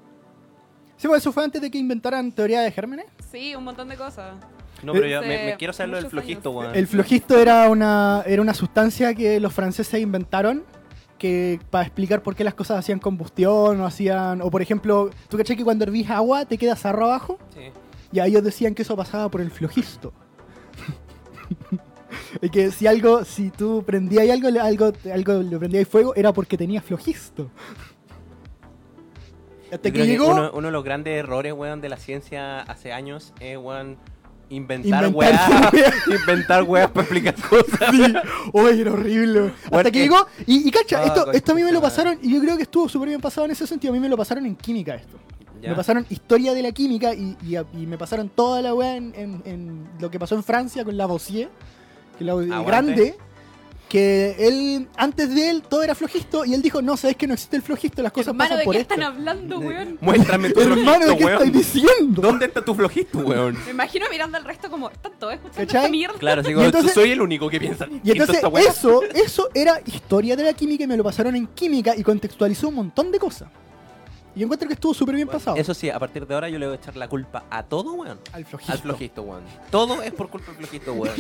Speaker 4: Sí, pues eso fue antes de que inventaran teoría de gérmenes.
Speaker 2: Sí, un montón de cosas.
Speaker 3: No, pero yo me,
Speaker 2: Hace
Speaker 3: me quiero saber lo del
Speaker 2: muchos
Speaker 3: flojito, weón.
Speaker 4: El flojisto era una, era una sustancia que los franceses inventaron que para explicar por qué las cosas hacían combustión o hacían... O por ejemplo, ¿tú caché que cuando hervís agua te queda sarro abajo?
Speaker 3: Sí.
Speaker 4: Y a ellos decían que eso pasaba por el flojisto. Y que si algo, si tú prendías algo, algo, algo le prendías fuego, era porque tenía flojisto. Hasta
Speaker 3: Yo
Speaker 4: que
Speaker 3: creo que
Speaker 4: llegó
Speaker 3: Uno, uno de los grandes errores, weón, de la ciencia hace años es, weón, inventar,
Speaker 4: Inventar
Speaker 3: weas. inventar weas para explicar cosas.
Speaker 4: Sí. Oye, era horrible. weón. Hasta
Speaker 3: Bueno,
Speaker 4: que
Speaker 3: eh.
Speaker 4: llegó. Y, y cacha,
Speaker 3: Ah,
Speaker 4: esto,
Speaker 3: concha
Speaker 4: esto a mí me lo
Speaker 3: madre.
Speaker 4: pasaron. Y yo creo que estuvo súper bien pasado en ese sentido. A mí me lo pasaron en química esto.
Speaker 3: Ya.
Speaker 4: Me pasaron historia de la química y, y a- y me pasaron toda la weá en, en- en lo que pasó en Francia con Lavoisier, que la, el
Speaker 3: Aguante.
Speaker 4: grande. Que él, antes de él, todo era flojisto. Y él dijo: No, sabes que no existe el flojisto, las cosas
Speaker 2: Hermano,
Speaker 4: pasan
Speaker 2: ¿de
Speaker 4: por
Speaker 2: qué
Speaker 4: esto.
Speaker 2: están hablando, weón?
Speaker 3: Muéstrame tu
Speaker 4: Hermano,
Speaker 3: flojito,
Speaker 4: ¿de qué estás
Speaker 3: weón.
Speaker 4: diciendo?
Speaker 3: ¿Dónde está tu flojito, weón?
Speaker 2: Me imagino mirando al resto como, ¿están todos escuchando
Speaker 4: ¿Cachai?
Speaker 2: esta mierda?
Speaker 3: Claro, así
Speaker 4: Y
Speaker 3: como,
Speaker 4: entonces-
Speaker 3: soy el único que piensa.
Speaker 4: Y
Speaker 3: distinto a
Speaker 4: entonces
Speaker 3: esta wea.
Speaker 4: eso, eso era historia de la química y me lo pasaron en química y contextualizó un montón de cosas. Y yo encuentro que estuvo súper bien pasado.
Speaker 3: Eso sí, a partir de ahora yo le voy a echar la culpa a todo, weón.
Speaker 4: Al flojito.
Speaker 3: Al flojito, weón. Todo es por culpa del flojito, weón.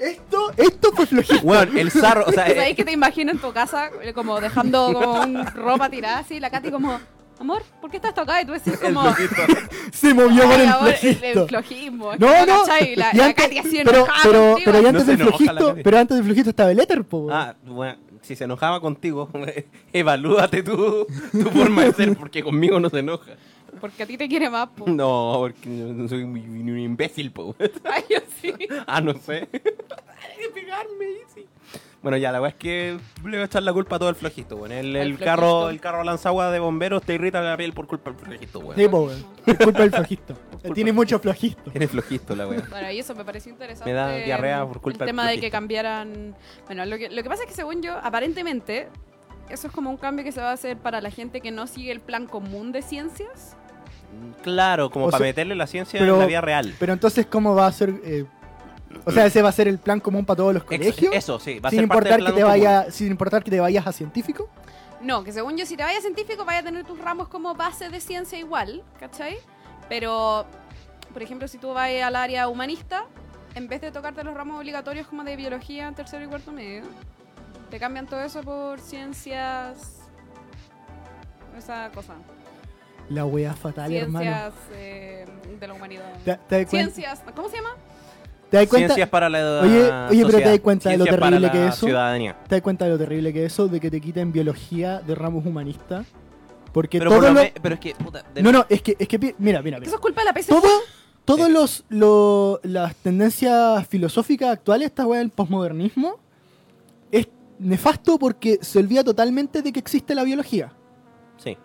Speaker 4: Esto, esto fue flojito.
Speaker 3: weón, el zarro, o sea, eh,
Speaker 2: ¿Sabéis que te imagino en tu casa eh, como dejando como un ropa tirada así? La Katy como, amor, ¿por qué estás tocada? Y tú decís
Speaker 3: el
Speaker 2: como,
Speaker 3: flojito.
Speaker 4: Se movió por
Speaker 2: "Ay,
Speaker 4: el
Speaker 2: amor, el,
Speaker 4: flojito.
Speaker 2: el flojismo.
Speaker 4: no, no.
Speaker 2: ¿Cachai? La,
Speaker 4: y
Speaker 2: la
Speaker 4: antes-
Speaker 2: Katy así
Speaker 4: pero,
Speaker 2: enojada
Speaker 4: pero,
Speaker 2: contigo.
Speaker 4: pero ya
Speaker 3: No
Speaker 4: antes
Speaker 3: se
Speaker 4: del
Speaker 3: enoja la
Speaker 4: flojito,
Speaker 3: Katy.
Speaker 4: pero antes del flojito estaba el éter, po. weón.
Speaker 3: Ah, bueno, si se enojaba contigo, evalúate tú, tu forma de ser, porque conmigo no se enoja.
Speaker 2: Porque a ti te quiere más, po.
Speaker 3: No, porque yo no soy ni- ni un imbécil, po.
Speaker 2: Ay, yo sí.
Speaker 3: Ah, no sé. Ay, de pegarme, sí. Bueno, ya, la verdad es que le voy a echar la culpa a todo el flojito, weón. El, el
Speaker 2: Al
Speaker 3: carro,
Speaker 2: flojito.
Speaker 3: el carro lanzagua de bomberos te irrita la piel por culpa del flojito, weón.
Speaker 4: Sí, po, weón. Es culpa del flojito. Tiene mucho flojito.
Speaker 3: Eres flojito, la weón.
Speaker 2: Bueno, y eso me pareció interesante.
Speaker 3: Me da diarrea por culpa
Speaker 2: El
Speaker 3: del
Speaker 2: tema de que
Speaker 3: flojito.
Speaker 2: cambiaran. Bueno, lo que, lo que pasa es que según yo, aparentemente, eso es como un cambio que se va a hacer para la gente que no sigue el plan común de ciencias.
Speaker 3: Claro, como
Speaker 4: O
Speaker 3: para
Speaker 4: sea,
Speaker 3: meterle la ciencia
Speaker 4: pero-
Speaker 3: en la vida real.
Speaker 4: Pero entonces, ¿cómo va a ser? eh, o sea, ese va a ser el plan común para todos los
Speaker 3: Mm. Ex-
Speaker 4: colegios.
Speaker 3: Eso, sí. Va a
Speaker 4: sin
Speaker 3: ser parte del
Speaker 4: importar que
Speaker 3: plano
Speaker 4: te
Speaker 3: común.
Speaker 4: vaya, sin importar que te vayas a científico.
Speaker 2: No, que según yo, si te vayas científico, vayas a tener tus ramos como base de ciencia igual, ¿cachai? Pero, por ejemplo, si tú vas al área humanista, en vez de tocarte los ramos obligatorios como de biología, tercero y cuarto medio, te cambian todo eso por ciencias. Esa cosa.
Speaker 4: La wea fatal, hermano.
Speaker 2: Ciencias eh, de la humanidad.
Speaker 4: ¿Te, te das cuenta?
Speaker 2: Ciencias, ¿cómo se llama?
Speaker 4: ¿Te das cuenta?
Speaker 3: Ciencias para la
Speaker 4: Oye, oye, pero te
Speaker 3: sociedad.
Speaker 4: das cuenta de lo
Speaker 3: Ciencias para
Speaker 4: terrible
Speaker 3: la
Speaker 4: que es eso.
Speaker 3: ciudadanía.
Speaker 4: ¿Te das cuenta de lo terrible que es eso de que te quiten biología de ramos humanistas? Porque
Speaker 3: Pero,
Speaker 4: todo
Speaker 3: por lo
Speaker 4: lo-
Speaker 3: me- pero es que, puta, de-
Speaker 4: No, no, es que, es que pi- mira, mira,
Speaker 2: Que
Speaker 4: mira.
Speaker 2: Eso es culpa de la PC.
Speaker 4: Todo,
Speaker 3: Eh.
Speaker 4: todos los, lo- las tendencias filosóficas actuales, esta wea del posmodernismo, es nefasto porque se olvida totalmente de que existe la biología.
Speaker 3: Sí.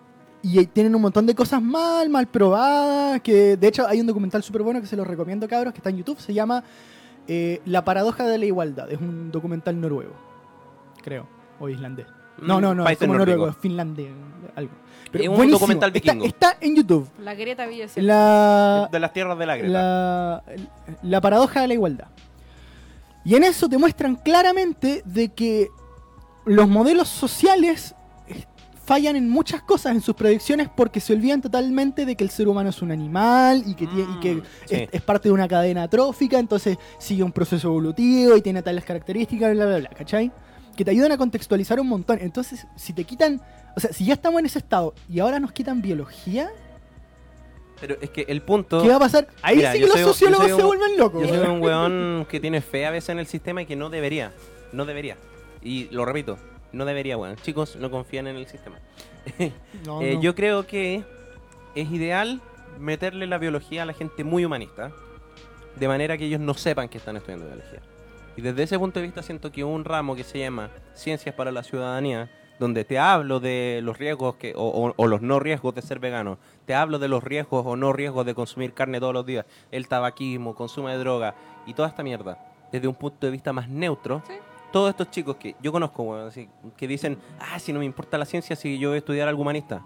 Speaker 4: Y ahí tienen un montón de cosas mal, mal probadas. Que de hecho hay un documental súper bueno que se los recomiendo, cabros, que está en YouTube. Se llama eh, La paradoja de la igualdad. Es un documental noruego, creo, o islandés. No,
Speaker 3: Mm,
Speaker 4: no, no, es
Speaker 3: países
Speaker 4: como noruego,
Speaker 3: nórdicos.
Speaker 4: es finlandés, algo.
Speaker 3: Es un
Speaker 4: buenísimo.
Speaker 3: documental
Speaker 4: Está-
Speaker 3: vikingo.
Speaker 4: Está, en YouTube.
Speaker 2: La Greta Villacel.
Speaker 4: La,
Speaker 3: de las tierras de la Greta.
Speaker 4: la, la paradoja de la igualdad. Y en eso te muestran claramente de que los modelos sociales eh, fallan en muchas cosas en sus predicciones porque se olvidan totalmente de que el ser humano es un animal y que, tie- y que
Speaker 3: Mm, sí.
Speaker 4: es, es parte de una cadena trófica, entonces sigue un proceso evolutivo y tiene tales características, bla, bla, bla, ¿cachai? Que te ayudan a contextualizar un montón. Entonces, si te quitan, o sea, si ya estamos en ese estado y ahora nos quitan biología,
Speaker 3: Pero es que el punto.
Speaker 4: ¿qué va a pasar? Ahí
Speaker 3: Mira,
Speaker 4: sí
Speaker 3: yo
Speaker 4: que los
Speaker 3: soy un- yo
Speaker 4: sociólogos
Speaker 3: soy
Speaker 4: se
Speaker 3: un-
Speaker 4: vuelven locos.
Speaker 3: Yo soy un weón que tiene fe a veces en el sistema y que no debería. No debería. Y lo repito, no debería, weón. Chicos, no confían en el sistema.
Speaker 4: No,
Speaker 3: Eh,
Speaker 4: no.
Speaker 3: Yo creo que es ideal meterle la biología a la gente muy humanista, de manera que ellos no sepan que están estudiando biología. Y desde ese punto de vista siento que un ramo que se llama Ciencias para la Ciudadanía, donde te hablo de los riesgos que, o, o- o los no riesgos de ser vegano, te hablo de los riesgos o no riesgos de consumir carne todos los días, el tabaquismo, consumo de droga y toda esta mierda, desde un punto de vista más neutro,
Speaker 2: Sí.
Speaker 3: todos estos chicos que yo conozco, weón, así, que dicen, ah, si no me importa la ciencia, si yo voy a estudiar algo humanista.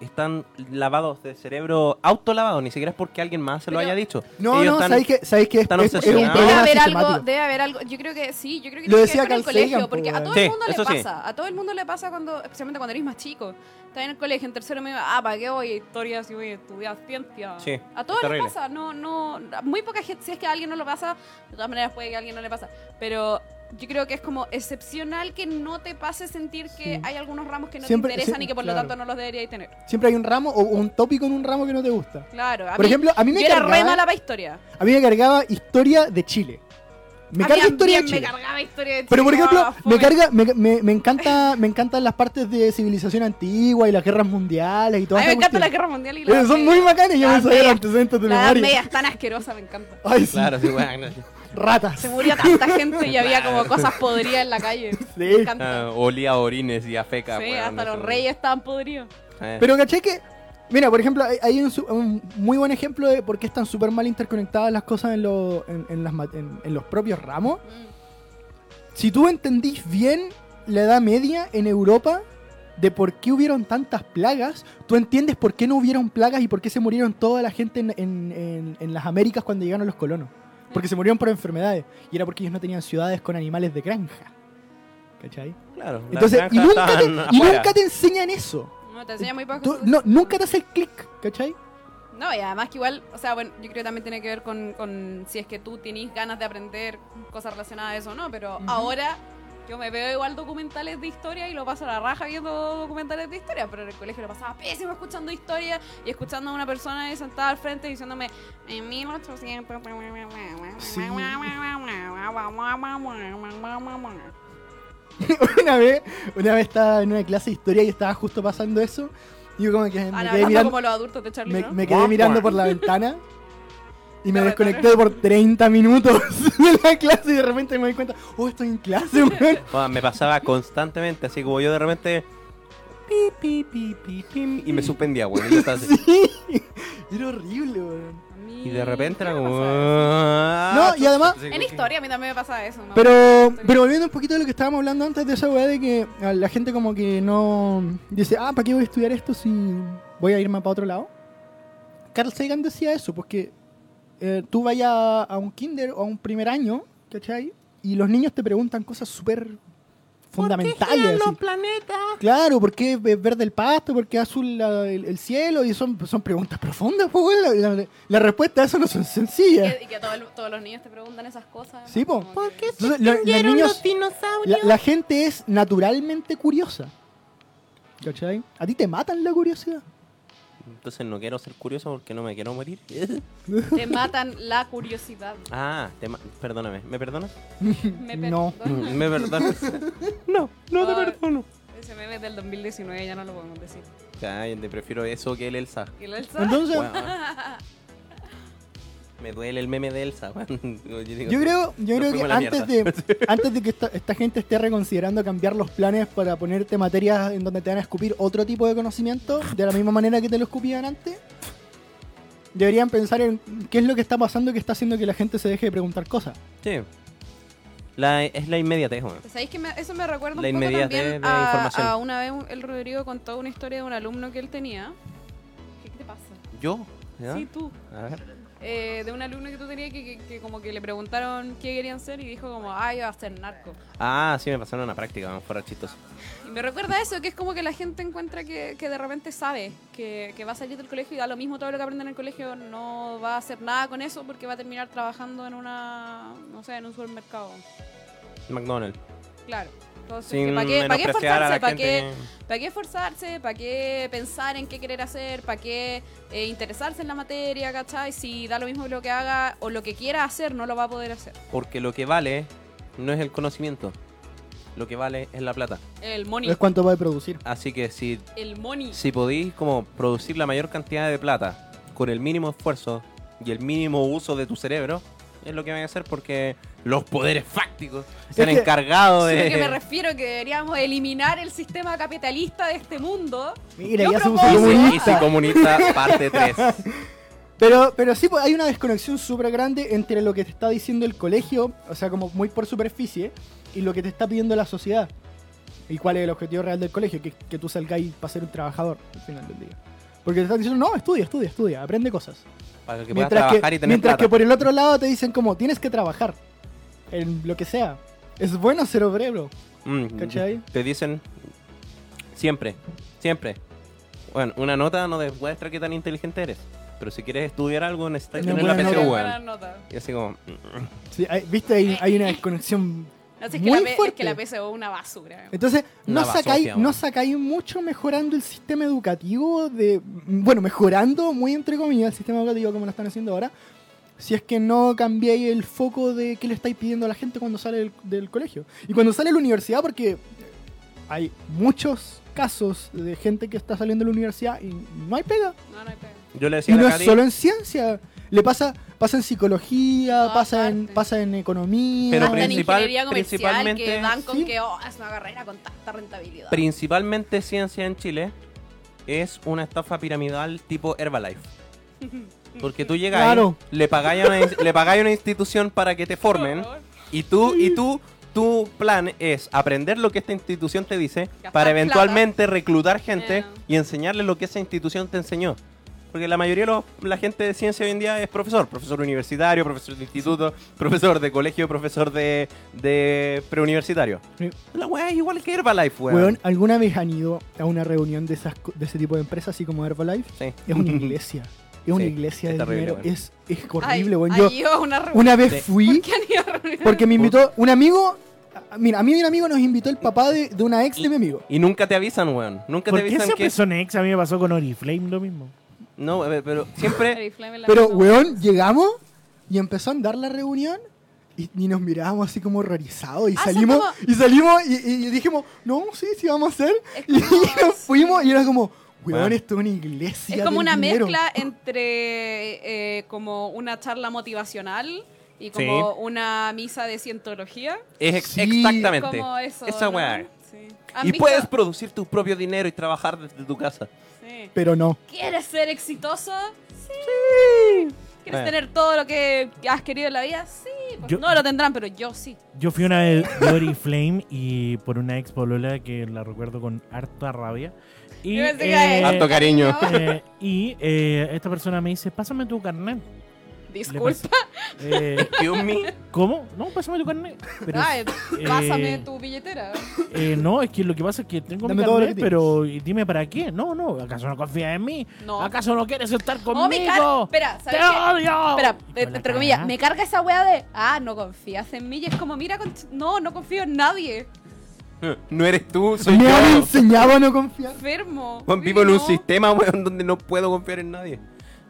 Speaker 3: Están lavados de cerebro, autolavados, ni siquiera es porque alguien más se lo
Speaker 2: Pero-
Speaker 3: haya dicho.
Speaker 4: No,
Speaker 3: Ellos
Speaker 4: no,
Speaker 3: están-
Speaker 4: sabéis que, sabéis que es,
Speaker 3: están
Speaker 4: es- es un
Speaker 2: Debe
Speaker 3: obsesionados.
Speaker 4: problema
Speaker 2: haber algo,
Speaker 4: sistemático.
Speaker 2: debe haber algo. Yo creo que sí, yo creo que
Speaker 4: Lo
Speaker 2: tiene
Speaker 4: decía
Speaker 2: que ver
Speaker 4: pues,
Speaker 2: con el
Speaker 4: Carl
Speaker 2: colegio,
Speaker 4: Sagan,
Speaker 2: porque a
Speaker 4: po,
Speaker 2: todo el
Speaker 3: weón.
Speaker 2: mundo
Speaker 3: Sí,
Speaker 2: le
Speaker 3: eso sí.
Speaker 2: pasa, a todo el mundo le pasa cuando, especialmente cuando eres más chico. Estás en el colegio, en tercero medio, ah, ¿para qué voy a historia si voy a estudiar ciencia?
Speaker 3: Sí,
Speaker 2: a
Speaker 3: es
Speaker 2: todos les
Speaker 3: terrible.
Speaker 2: pasa, no, no, a muy poca gente, si es que a alguien no lo pasa, de todas maneras puede que a alguien no le pasa, pero yo creo que es como excepcional que no te pase sentir que
Speaker 4: Sí.
Speaker 2: hay algunos ramos que no
Speaker 4: Siempre-
Speaker 2: te interesan
Speaker 4: sí,
Speaker 2: y que por
Speaker 4: claro.
Speaker 2: lo tanto no los deberías tener.
Speaker 4: Siempre hay un ramo o un tópico en un ramo que no te gusta.
Speaker 2: Claro, a
Speaker 4: Por
Speaker 2: mí-
Speaker 4: ejemplo, a mí me
Speaker 2: yo era re
Speaker 4: cargaba-
Speaker 2: mala para historia.
Speaker 4: A mí me cargaba historia de Chile. Me
Speaker 2: A
Speaker 4: carga
Speaker 2: mí
Speaker 4: historia de
Speaker 2: también
Speaker 4: Chile.
Speaker 2: Me cargaba historia de Chile.
Speaker 4: Pero por ejemplo,
Speaker 2: Ah,
Speaker 4: me
Speaker 2: fome.
Speaker 4: carga, me, me- me encanta, me encantan las partes de civilización antigua y las guerras mundiales y
Speaker 2: A
Speaker 4: todas
Speaker 2: mí me encanta la guerra mundial y la Edad
Speaker 4: Son
Speaker 2: Media.
Speaker 4: muy bacanas, yo
Speaker 2: La
Speaker 4: me
Speaker 2: Edad
Speaker 4: sabía el
Speaker 2: Media.
Speaker 4: antecedente de
Speaker 2: La edad
Speaker 4: memoria.
Speaker 2: media es tan asquerosa, me encanta.
Speaker 4: Ay, sí,
Speaker 3: Claro, sí, bueno.
Speaker 4: ratas.
Speaker 2: Se murió tanta gente y había como cosas podridas en la calle. Me encanta.
Speaker 3: Ah, olía a orines y a feca.
Speaker 2: sí,
Speaker 3: weón,
Speaker 2: hasta
Speaker 3: eso.
Speaker 2: los reyes estaban podridos.
Speaker 3: Eh.
Speaker 4: Pero caché que. Mira, por ejemplo, hay, hay un, su- un muy buen ejemplo de por qué están súper mal interconectadas las cosas en, lo- en- en las ma- en- en los propios ramos.
Speaker 2: Mm.
Speaker 4: Si tú entendís bien la Edad Media en Europa, de por qué hubieron tantas plagas, tú entiendes por qué no hubieron plagas y por qué se murieron toda la gente en, en- en- en las Américas cuando llegaron los colonos. Porque se murieron por enfermedades. Y era porque ellos no tenían ciudades con animales de granja. ¿Cachai?
Speaker 3: Claro, las
Speaker 4: Entonces, y
Speaker 3: granjas
Speaker 4: nunca, te,
Speaker 3: estaban
Speaker 4: y
Speaker 3: afuera.
Speaker 4: nunca te enseñan eso.
Speaker 2: No, te enseña muy poco.
Speaker 4: Tú- no, nunca te hace el clic, ¿cachai?
Speaker 2: No, y además que igual, o sea, bueno, yo creo que también tiene que ver con, con si es que tú tenés ganas de aprender cosas relacionadas a eso o no, pero ahora yo me veo igual documentales de historia y lo paso a la raja viendo documentales de historia, pero en el colegio lo pasaba pésimo escuchando historia y escuchando a una persona ahí sentada al frente diciéndome, en 1800...
Speaker 4: Sí. una vez, una vez estaba en una clase de historia y estaba justo pasando eso. Y yo como que me
Speaker 2: Ah,
Speaker 4: quedé
Speaker 2: no,
Speaker 4: mirando,
Speaker 2: como los adultos de Charlie
Speaker 4: me,
Speaker 2: Brown.
Speaker 4: me quedé mirando por la ventana. Y me
Speaker 2: Te
Speaker 4: desconecté por 30 minutos de la clase y de repente me di cuenta, oh, estoy en clase, weón.
Speaker 3: Bueno, me pasaba constantemente, así como yo de repente. pi, pi, pi, pi, pim, y me suspendía, weón. y yo estaba así.
Speaker 4: Era horrible, weón.
Speaker 2: A mí-
Speaker 3: Y de repente era
Speaker 2: ¿qué me
Speaker 3: como. "Oh, "Ah,
Speaker 2: pasa?
Speaker 3: No,
Speaker 4: y además-
Speaker 2: En historia a mí también me pasa eso, ¿no?
Speaker 4: Pero, pero volviendo un poquito de lo que estábamos hablando antes de esa weá de que a la gente como que no dice, ah, ¿para qué voy a estudiar esto si voy a irme para otro lado? Carl Sagan decía eso, porque eh, tú vayas a un kinder o a un primer año, ¿cachai? Y los niños te preguntan cosas súper fundamentales. así. Claro, ¿por qué es verde el pasto? ¿Por qué azul la- el, el cielo? Y son, son preguntas profundas, pues, weón. la, la- la respuesta a eso no son sencillas.
Speaker 2: Y que, y que todo el- todos los niños te preguntan esas cosas.
Speaker 4: Sí, po.
Speaker 2: Como que-
Speaker 4: Entonces, lo- los niños, La, la gente es naturalmente curiosa. ¿Cachai? A ti te matan la curiosidad.
Speaker 3: Entonces no quiero ser curioso porque no me quiero morir.
Speaker 2: Te matan la curiosidad.
Speaker 3: Ah, te ma- perdóname. ¿Me perdonas?
Speaker 2: Me
Speaker 4: No.
Speaker 2: perdonas.
Speaker 3: ¿Me perdonas? No, no te
Speaker 2: Ah.
Speaker 3: perdono.
Speaker 2: Ese meme es del 2019, ya no lo podemos decir.
Speaker 3: Ay, te prefiero eso que el Elsa.
Speaker 2: ¿Y el Elsa?
Speaker 4: Entonces,
Speaker 3: Weón. Me duele el meme de Elsa, weón. Yo, digo,
Speaker 4: yo creo,
Speaker 3: nos
Speaker 4: yo creo que
Speaker 3: fuimos a la
Speaker 4: antes
Speaker 3: mierda.
Speaker 4: de, antes de que esta, esta gente esté reconsiderando cambiar los planes para ponerte materias en donde te van a escupir otro tipo de conocimiento, de la misma manera que te lo escupían antes, deberían pensar en qué es lo que está pasando que está haciendo que la gente se deje de preguntar cosas.
Speaker 3: Sí. La, es la inmediatez, weón.
Speaker 2: ¿Sabéis que me- eso me recuerda
Speaker 3: La
Speaker 2: un poco
Speaker 3: inmediatez
Speaker 2: también
Speaker 3: de la
Speaker 2: a,
Speaker 3: información.
Speaker 2: a una vez un- el Rodrigo contó una historia de un alumno que él tenía. ¿Qué te pasa?
Speaker 3: ¿Yo? ¿Ya?
Speaker 2: Sí, tú.
Speaker 3: A ver.
Speaker 2: Eh, de un alumno que tú tenías que, que- que como que le preguntaron qué querían ser y dijo como, ah, yo voy a ser narco.
Speaker 3: Ah, sí, me pasaron una práctica, weón, fuera chistoso.
Speaker 2: Y me recuerda eso, que es como que la gente encuentra que, que de repente sabe que, que va a salir del colegio y da lo mismo todo lo que aprende en el colegio, no va a hacer nada con eso porque va a terminar trabajando en una, no sé, en un supermercado.
Speaker 3: McDonald's.
Speaker 2: Claro. Entonces,
Speaker 3: Sin
Speaker 2: ¿para qué, pa' qué
Speaker 3: menospreciar
Speaker 2: esforzarse?
Speaker 3: a la
Speaker 2: ¿Para
Speaker 3: gente
Speaker 2: qué,
Speaker 3: que-
Speaker 2: pa' qué esforzarse? ¿Para qué pensar en qué querer hacer? ¿Para qué eh, interesarse en la materia? ¿Cachai? Si da lo mismo que lo que haga o lo que quiera hacer, no lo va a poder hacer.
Speaker 3: Porque lo que vale no es el conocimiento. Lo que vale es la plata.
Speaker 2: El money.
Speaker 4: Es cuánto puede producir.
Speaker 3: Así que si,
Speaker 2: El money.
Speaker 3: si podís como producir la mayor cantidad de plata con el mínimo esfuerzo y el mínimo uso de tu cerebro, es lo que van a hacer porque los poderes fácticos se han
Speaker 4: que-
Speaker 3: encargado
Speaker 2: Sí,
Speaker 3: de...
Speaker 2: lo que me refiero que deberíamos eliminar el sistema capitalista de este mundo.
Speaker 4: Mira,
Speaker 2: Yo
Speaker 4: ya se puso
Speaker 2: propongo-
Speaker 3: Easy,
Speaker 4: comunista.
Speaker 3: Easy Comunista parte 3.
Speaker 4: Pero, pero sí, pues, hay una desconexión súper grande entre lo que te está diciendo el colegio, o sea, como muy por superficie, y lo que te está pidiendo la sociedad. ¿Y cuál es el objetivo real del colegio? Que, que tú salgáis para ser un trabajador, al final del día. Porque te están diciendo, no, estudia, estudia, estudia, aprende cosas.
Speaker 3: Para que puedas
Speaker 4: mientras
Speaker 3: trabajar y
Speaker 4: que,
Speaker 3: tener
Speaker 4: mientras
Speaker 3: plata.
Speaker 4: que por el otro lado te dicen como, tienes que trabajar en lo que sea. Es bueno ser obrero.
Speaker 3: Mm,
Speaker 4: ¿Cachai?
Speaker 3: Te dicen siempre, siempre. Bueno, una nota no demuestra qué tan inteligente eres. Pero si quieres estudiar algo, necesitas
Speaker 4: Una
Speaker 3: tener la
Speaker 4: buena
Speaker 3: PC
Speaker 4: nota.
Speaker 2: Buena
Speaker 3: weón.
Speaker 2: nota.
Speaker 3: Y así como,
Speaker 4: Sí, hay- ¿Viste? Hay, hay una desconexión
Speaker 2: No, si es, que
Speaker 4: muy
Speaker 2: la, P- es
Speaker 4: fuerte. Eh,
Speaker 2: que la PSU es una basura.
Speaker 4: Entonces, no
Speaker 3: Una basofia,
Speaker 4: sacáis,
Speaker 3: weón.
Speaker 4: no sacáis mucho mejorando el sistema educativo de. Bueno, mejorando muy entre comillas el sistema educativo como lo están haciendo ahora. si es que no cambiáis el foco de qué le estáis pidiendo a la gente cuando sale del, del colegio. Y cuando sale de la universidad, porque hay muchos casos de gente que está saliendo de la universidad y no hay pega.
Speaker 2: No, no hay pega.
Speaker 3: Yo le decía
Speaker 4: Y
Speaker 3: a
Speaker 4: no
Speaker 3: la
Speaker 4: es
Speaker 3: Cari-
Speaker 4: solo en ciencia. Le pasa, pasa en psicología,
Speaker 2: Todas
Speaker 4: pasa en,
Speaker 2: partes.
Speaker 4: pasa en economía.
Speaker 3: Pero
Speaker 2: Hasta en
Speaker 3: principal-
Speaker 2: ingeniería comercial
Speaker 3: principalmente-
Speaker 2: que dan con
Speaker 4: Sí.
Speaker 2: que oh, es una carrera con tanta rentabilidad.
Speaker 3: principalmente ciencia en Chile, es una estafa piramidal tipo Herbalife. Porque tú llegas,
Speaker 4: Claro.
Speaker 3: le pagáis a una, ins- le pagáis a una institución para que te formen y tú y tú tu plan es aprender lo que esta institución te dice
Speaker 2: Gastar
Speaker 3: para eventualmente reclutar gente
Speaker 2: Eh.
Speaker 3: y enseñarles lo que esa institución te enseñó. Porque la mayoría de los- la gente de ciencia hoy en día es profesor, profesor universitario, profesor de instituto, profesor de colegio, profesor de, de preuniversitario.
Speaker 4: Sí.
Speaker 3: La weá es igual que Herbalife, weón.
Speaker 4: Weón, ¿alguna vez han ido a una reunión de, esas, co- de ese tipo de empresas, así como Herbalife?
Speaker 3: Sí.
Speaker 4: Es una iglesia. Es una
Speaker 3: Sí,
Speaker 4: iglesia de
Speaker 3: es terrible,
Speaker 4: dinero.
Speaker 3: weón.
Speaker 4: Es, es
Speaker 2: Ay,
Speaker 4: horrible, weón.
Speaker 2: ay,
Speaker 4: Yo
Speaker 2: yo a una reunión.
Speaker 4: una
Speaker 3: Sí.
Speaker 4: vez
Speaker 2: ¿Por
Speaker 4: fui
Speaker 2: qué han ido a reuniones?
Speaker 4: porque me invitó un amigo. a- Mira, a mí un amigo nos invitó el papá de, de una ex de mi amigo.
Speaker 3: Y nunca te avisan, weón. Nunca te
Speaker 1: ¿Por qué
Speaker 3: avisan
Speaker 1: esa
Speaker 3: que.
Speaker 1: persona ex a mí me pasó con Oriflame lo mismo?
Speaker 3: No, a ver, pero siempre.
Speaker 2: Oriflame en la
Speaker 4: Pero,
Speaker 2: mano.
Speaker 4: weón, llegamos y empezó a andar la reunión y, y nos mirábamos así como horrorizados y
Speaker 2: Ah, son
Speaker 4: salimos
Speaker 2: como-
Speaker 4: y salimos y, y- y dijimos, no, sí, sí vamos a hacer.
Speaker 2: Es
Speaker 4: Y
Speaker 2: como-
Speaker 4: nos fuimos y era como, weón,
Speaker 3: Bueno.
Speaker 4: esto es una iglesia.
Speaker 2: es como
Speaker 4: del
Speaker 2: una
Speaker 4: dinero".
Speaker 2: mezcla entre eh, como una charla motivacional y como
Speaker 3: Sí.
Speaker 2: una misa de cientología.
Speaker 3: Es
Speaker 4: Sí.
Speaker 3: exactamente.
Speaker 2: Como eso.
Speaker 3: Esa
Speaker 2: ¿no?
Speaker 3: weá.
Speaker 2: Sí. ¿Han
Speaker 3: Y
Speaker 2: visto?
Speaker 3: puedes producir tu propio dinero y trabajar desde tu casa.
Speaker 2: Sí.
Speaker 4: Pero no.
Speaker 2: ¿Quieres ser exitoso? Sí. ¿Quieres
Speaker 3: Bueno.
Speaker 2: tener todo lo que has querido en la vida? Sí. Pues
Speaker 1: Yo-
Speaker 2: No lo tendrán, pero yo sí.
Speaker 1: Yo fui una de de Oriflame y por una ex polola que la recuerdo con harta rabia. Y,
Speaker 2: Yo pensé que era
Speaker 1: eh,
Speaker 2: eso.
Speaker 3: Harto cariño.
Speaker 1: eh, y eh, esta persona me dice, pásame tu carnet. Le
Speaker 2: Disculpa.
Speaker 1: pasé- eh,
Speaker 3: Excuse me.
Speaker 1: ¿Cómo? No, pásame tu carnet. Pero,
Speaker 2: Ay,
Speaker 1: eh,
Speaker 2: pásame tu billetera.
Speaker 1: eh, no, es que lo que pasa es que tengo
Speaker 4: Dame
Speaker 1: mi
Speaker 4: todo lo que
Speaker 1: carnet,
Speaker 4: tienes.
Speaker 1: pero ¿y dime para qué. No, no, ¿acaso no confías en mí?
Speaker 2: No.
Speaker 1: ¿Acaso no quieres estar conmigo?
Speaker 2: Oh, me carga. Espera,
Speaker 1: ¡Te
Speaker 2: ¿sabes qué?
Speaker 1: odio!
Speaker 2: Espera,
Speaker 1: Y con
Speaker 2: eh,
Speaker 1: la
Speaker 2: entre comillas,
Speaker 1: cara.
Speaker 2: me carga esa weá de, ah, no confías en mí. Y es como, mira, con- no, no confío en nadie.
Speaker 3: No eres tú, soy
Speaker 4: Me han
Speaker 3: yo.
Speaker 4: enseñado a no confiar.
Speaker 2: Enfermo.
Speaker 3: Juan,
Speaker 2: Vive,
Speaker 3: vivo en un
Speaker 2: ¿no?
Speaker 3: sistema, weón, donde no puedo confiar en nadie.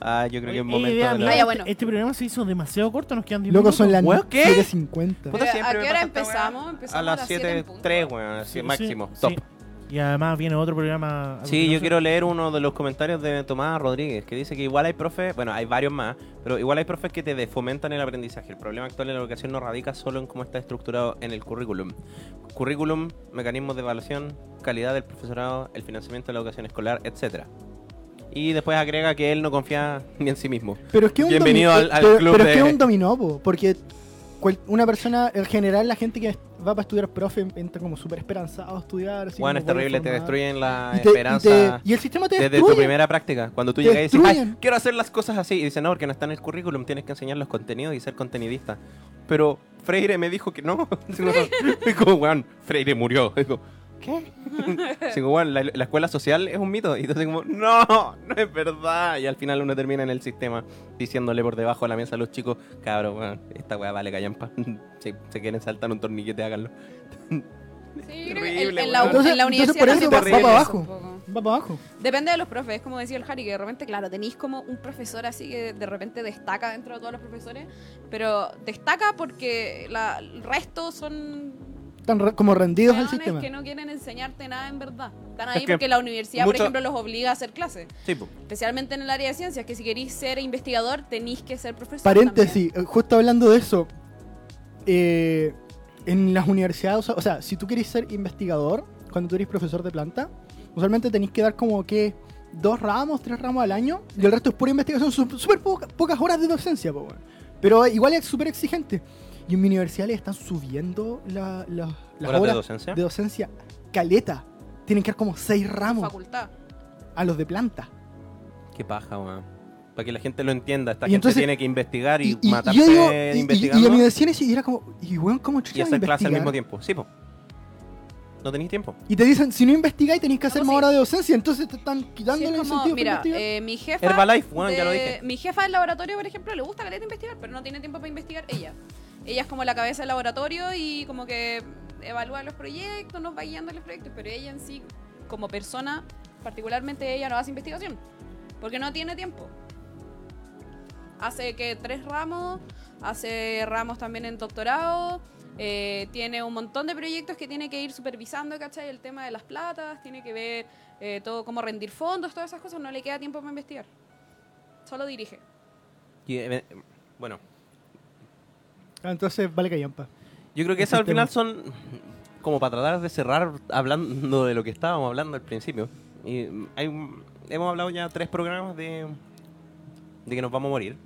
Speaker 3: Ah, yo creo que es
Speaker 1: Oye,
Speaker 3: momento de
Speaker 1: vean,
Speaker 3: hablar.
Speaker 2: Ah,
Speaker 1: este-
Speaker 2: ya, bueno.
Speaker 1: Este programa se hizo demasiado corto, nos quedan 10
Speaker 4: Loco,
Speaker 1: minutos.
Speaker 4: son las
Speaker 3: Weón, ¿qué?
Speaker 4: 7.50.
Speaker 3: Puta,
Speaker 2: Mira,
Speaker 3: siempre
Speaker 2: ¿a
Speaker 3: me
Speaker 2: qué hora
Speaker 3: pasa esta weá.
Speaker 2: empezamos? Empezamos
Speaker 3: A las 7, 3, weón, así
Speaker 1: Sí,
Speaker 3: máximo.
Speaker 1: sí,
Speaker 3: Top.
Speaker 1: sí. Y además viene otro programa.
Speaker 4: Ah,
Speaker 1: a
Speaker 3: Sí, yo
Speaker 1: continuación.
Speaker 3: quiero leer uno de los comentarios de Tomás Rodríguez, que dice que igual hay profes, bueno, hay varios más, pero igual hay profes que te desfomentan el aprendizaje. El problema actual en la educación no radica solo en cómo está estructurado en el currículum. Currículum, mecanismos de evaluación, calidad del profesorado, el financiamiento de la educación escolar, etcétera. Y después agrega que él no confía ni en sí mismo.
Speaker 4: Pero es que un
Speaker 3: Bienvenido
Speaker 4: domi-
Speaker 3: al- al
Speaker 4: pero,
Speaker 3: club
Speaker 4: pero es que
Speaker 3: de-
Speaker 4: un dominó, po, porque cual- una persona, en general, la gente que va para estudiar profe entra como súper esperanzado a estudiar. así
Speaker 3: Bueno,
Speaker 4: como
Speaker 3: es
Speaker 4: voy a
Speaker 3: terrible, te
Speaker 4: formar.
Speaker 3: destruyen la
Speaker 4: Y te- y te-
Speaker 3: esperanza.
Speaker 4: Y, el sistema te
Speaker 3: Desde
Speaker 4: destruye.
Speaker 3: tu primera práctica, cuando tú
Speaker 4: Te
Speaker 3: llegas y dices, "Ay,
Speaker 4: destruyen.
Speaker 3: quiero hacer las cosas así, y dicen, no, porque no está en el currículum, tienes que enseñar los contenidos y ser contenidista. Pero Freire me dijo que no. Y como, weón, Freire murió. Y como, ¿Qué? Y como, "Weón, la, la escuela social es un mito. Y entonces como, no, no es verdad. Y al final uno termina en el sistema diciéndole por debajo de la mesa a los chicos, cabrón, weón, esta weá vale callampa. Si se quieren saltar un torniquete, háganlo.
Speaker 2: Sí, yo creo que en-
Speaker 3: Terrible,
Speaker 2: en, la,
Speaker 4: weón.
Speaker 2: en la
Speaker 4: Entonces-
Speaker 2: universidad
Speaker 4: entonces
Speaker 3: por
Speaker 2: también
Speaker 3: eso va-
Speaker 2: pasa
Speaker 3: va
Speaker 4: abajo.
Speaker 2: un poco.
Speaker 4: Va para abajo.
Speaker 2: Depende de los profes, es como decía el Harry, que de repente, claro, tenéis como un profesor así que de repente destaca dentro de todos los profesores, pero destaca porque la, el resto son
Speaker 4: Están re- como rendidos al
Speaker 2: weones
Speaker 4: sistema.
Speaker 2: que no quieren enseñarte nada en verdad. Están
Speaker 3: Es
Speaker 2: ahí
Speaker 3: que
Speaker 2: porque la universidad, por
Speaker 3: mucho-
Speaker 2: ejemplo, los obliga a hacer clases.
Speaker 3: Sí, po.
Speaker 2: Especialmente en el área de ciencias, que si queréis ser investigador, tenéis que ser profesor. también.
Speaker 4: Paréntesis, eh, justo hablando de eso, eh, en las universidades, o sea, o sea, si tú quieres ser investigador, cuando tú eres profesor de planta, usualmente tenés que dar como que dos ramos, tres ramos al año, y el resto es pura investigación, son súper poca- pocas horas de docencia, po, weón. pero igual es súper exigente. Y en mi universidad le están subiendo la- la- las
Speaker 3: Horas
Speaker 4: horas,
Speaker 3: de docencia.
Speaker 4: de docencia. Caleta. Tienen que dar como seis ramos
Speaker 2: Facultad.
Speaker 4: a los de planta.
Speaker 3: Qué paja, weón. Para que la gente lo entienda, esta
Speaker 4: Y
Speaker 3: gente
Speaker 4: entonces-
Speaker 3: tiene que investigar y,
Speaker 4: Y, y- y
Speaker 3: matarse
Speaker 4: yo digo, y- y, y,
Speaker 3: investigando
Speaker 4: a mí
Speaker 3: y,
Speaker 4: decían eso y era como, y weón, ¿cómo chucha vas a
Speaker 3: hacer clase al
Speaker 4: investigar?
Speaker 3: mismo tiempo. Sí, po. No tenéis tiempo.
Speaker 4: Y te dicen, si no investigáis tenéis que hacer
Speaker 2: No,
Speaker 4: más
Speaker 2: sí.
Speaker 4: horas de docencia, entonces te están
Speaker 2: Sí,
Speaker 4: quitando
Speaker 2: es
Speaker 4: el
Speaker 2: como,
Speaker 4: incentivo
Speaker 2: mira,
Speaker 4: para investigar.
Speaker 2: eh, mi jefa.
Speaker 3: Herbalife, weón, ya lo
Speaker 2: de-
Speaker 3: dije.
Speaker 2: Mi jefa del laboratorio, por ejemplo, le gusta querer investigar, pero no tiene tiempo para investigar ella. Ella es como la cabeza del laboratorio y como que evalúa los proyectos, nos va guiando en los proyectos, pero ella en sí, como persona, particularmente ella no hace investigación, porque no tiene tiempo. hace que tres ramos, hace ramos también en doctorado, eh, tiene un montón de proyectos que tiene que ir supervisando, ¿cachai? El tema de las platas, tiene que ver eh, todo cómo rendir fondos, todas esas cosas, no le queda tiempo para investigar. Solo dirige.
Speaker 3: Y, eh, bueno,
Speaker 4: Ah, Entonces, vale callampa.
Speaker 3: yo creo que esas al
Speaker 4: Sistema.
Speaker 3: final son como para tratar de cerrar hablando de lo que estábamos hablando al principio. Y mm, hay un- hemos hablado ya tres programas de, de que nos vamos a morir.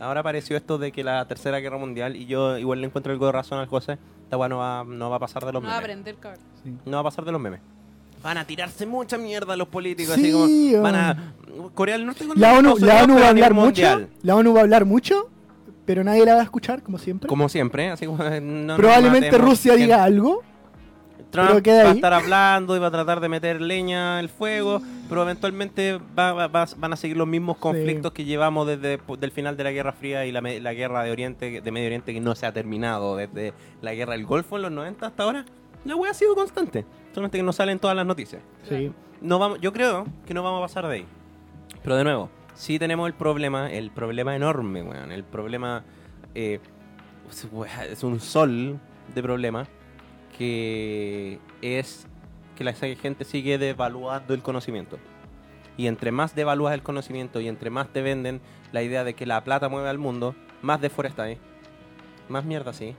Speaker 3: Ahora apareció esto de que la Tercera Guerra Mundial, y yo igual le encuentro algo de razón al José, esta weá no va, no va a pasar de los
Speaker 2: No va a
Speaker 3: memes.
Speaker 2: aprender, cabrón.
Speaker 4: Sí.
Speaker 3: No va a pasar de los memes. Van a tirarse mucha mierda los políticos.
Speaker 4: Sí,
Speaker 3: así como,
Speaker 4: ah.
Speaker 3: van a, Corea del Norte con
Speaker 4: La ONU,
Speaker 3: nosotros,
Speaker 4: la ONU va
Speaker 3: pero
Speaker 4: a
Speaker 3: a nivel
Speaker 4: hablar mucho,
Speaker 3: mundial.
Speaker 4: la ONU va a hablar mucho, pero nadie la va a escuchar, como siempre.
Speaker 3: Como siempre, ¿eh? así como, no nos
Speaker 4: Probablemente
Speaker 3: matemos.
Speaker 4: Rusia diga algo.
Speaker 3: Trump
Speaker 4: pero queda
Speaker 3: va a
Speaker 4: ahí.
Speaker 3: estar hablando y va a tratar de meter leña al fuego, pero eventualmente va- va- va- van a seguir los mismos conflictos que llevamos desde el final de la Guerra Fría y la, me- la guerra de Oriente, de Medio Oriente que no se ha terminado desde la guerra del Golfo en los 90 hasta ahora. La wea ha sido constante, solamente que no salen todas las noticias.
Speaker 4: Sí.
Speaker 3: no vamos, yo creo que no vamos a pasar de ahí. Pero de nuevo, sí tenemos el problema, el problema enorme, weón. El problema eh, es- weá, es un sol de problema que es que la gente sigue devaluando el conocimiento. Y entre más devalúas el conocimiento y entre más te venden la idea de que la plata mueve al mundo, más deforesta hay. Más mierda sí.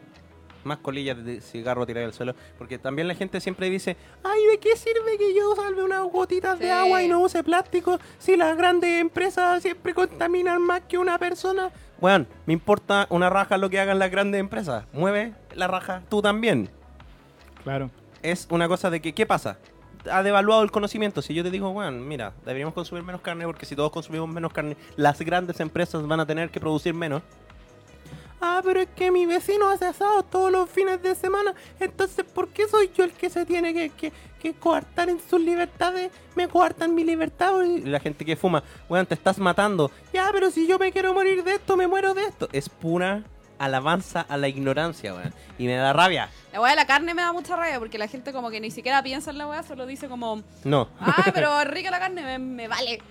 Speaker 3: Más colillas de cigarro tiradas al suelo. Porque también la gente siempre dice, ay, ¿de qué sirve que yo salve unas gotitas
Speaker 2: Sí.
Speaker 3: de agua y no use plástico si las grandes empresas siempre contaminan más que una persona? Bueno, me importa una raja lo que hagan las grandes empresas. Mueve la raja tú también
Speaker 4: Claro.
Speaker 3: es una cosa de que, ¿qué pasa? Ha devaluado el conocimiento. Si yo te digo, bueno, mira, deberíamos consumir menos carne porque si todos consumimos menos carne, las grandes empresas van a tener que producir menos. Ah, pero es que mi vecino hace asado todos los fines de semana. Entonces, ¿por qué soy yo el que se tiene que, que, que coartar en sus libertades? Me coartan mi libertad. güey. La gente que fuma, weón, te estás matando. Ya, pero si yo me quiero morir de esto, me muero de esto. Es pura alabanza a la ignorancia, weón. Y me da rabia.
Speaker 2: La hueá de la carne me da mucha rabia porque la gente como que ni siquiera piensa en la hueá, solo dice como,
Speaker 3: No.
Speaker 2: ah, pero es rica la carne, me, me vale.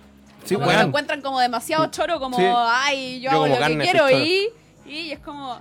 Speaker 3: Sí,
Speaker 2: como que lo
Speaker 3: weón.
Speaker 2: encuentran como demasiado choro, como,
Speaker 3: Sí.
Speaker 2: ay, yo,
Speaker 3: Yo
Speaker 2: hago
Speaker 3: como
Speaker 2: lo que
Speaker 3: carne soy
Speaker 2: quiero
Speaker 3: choro.
Speaker 2: y, y es como,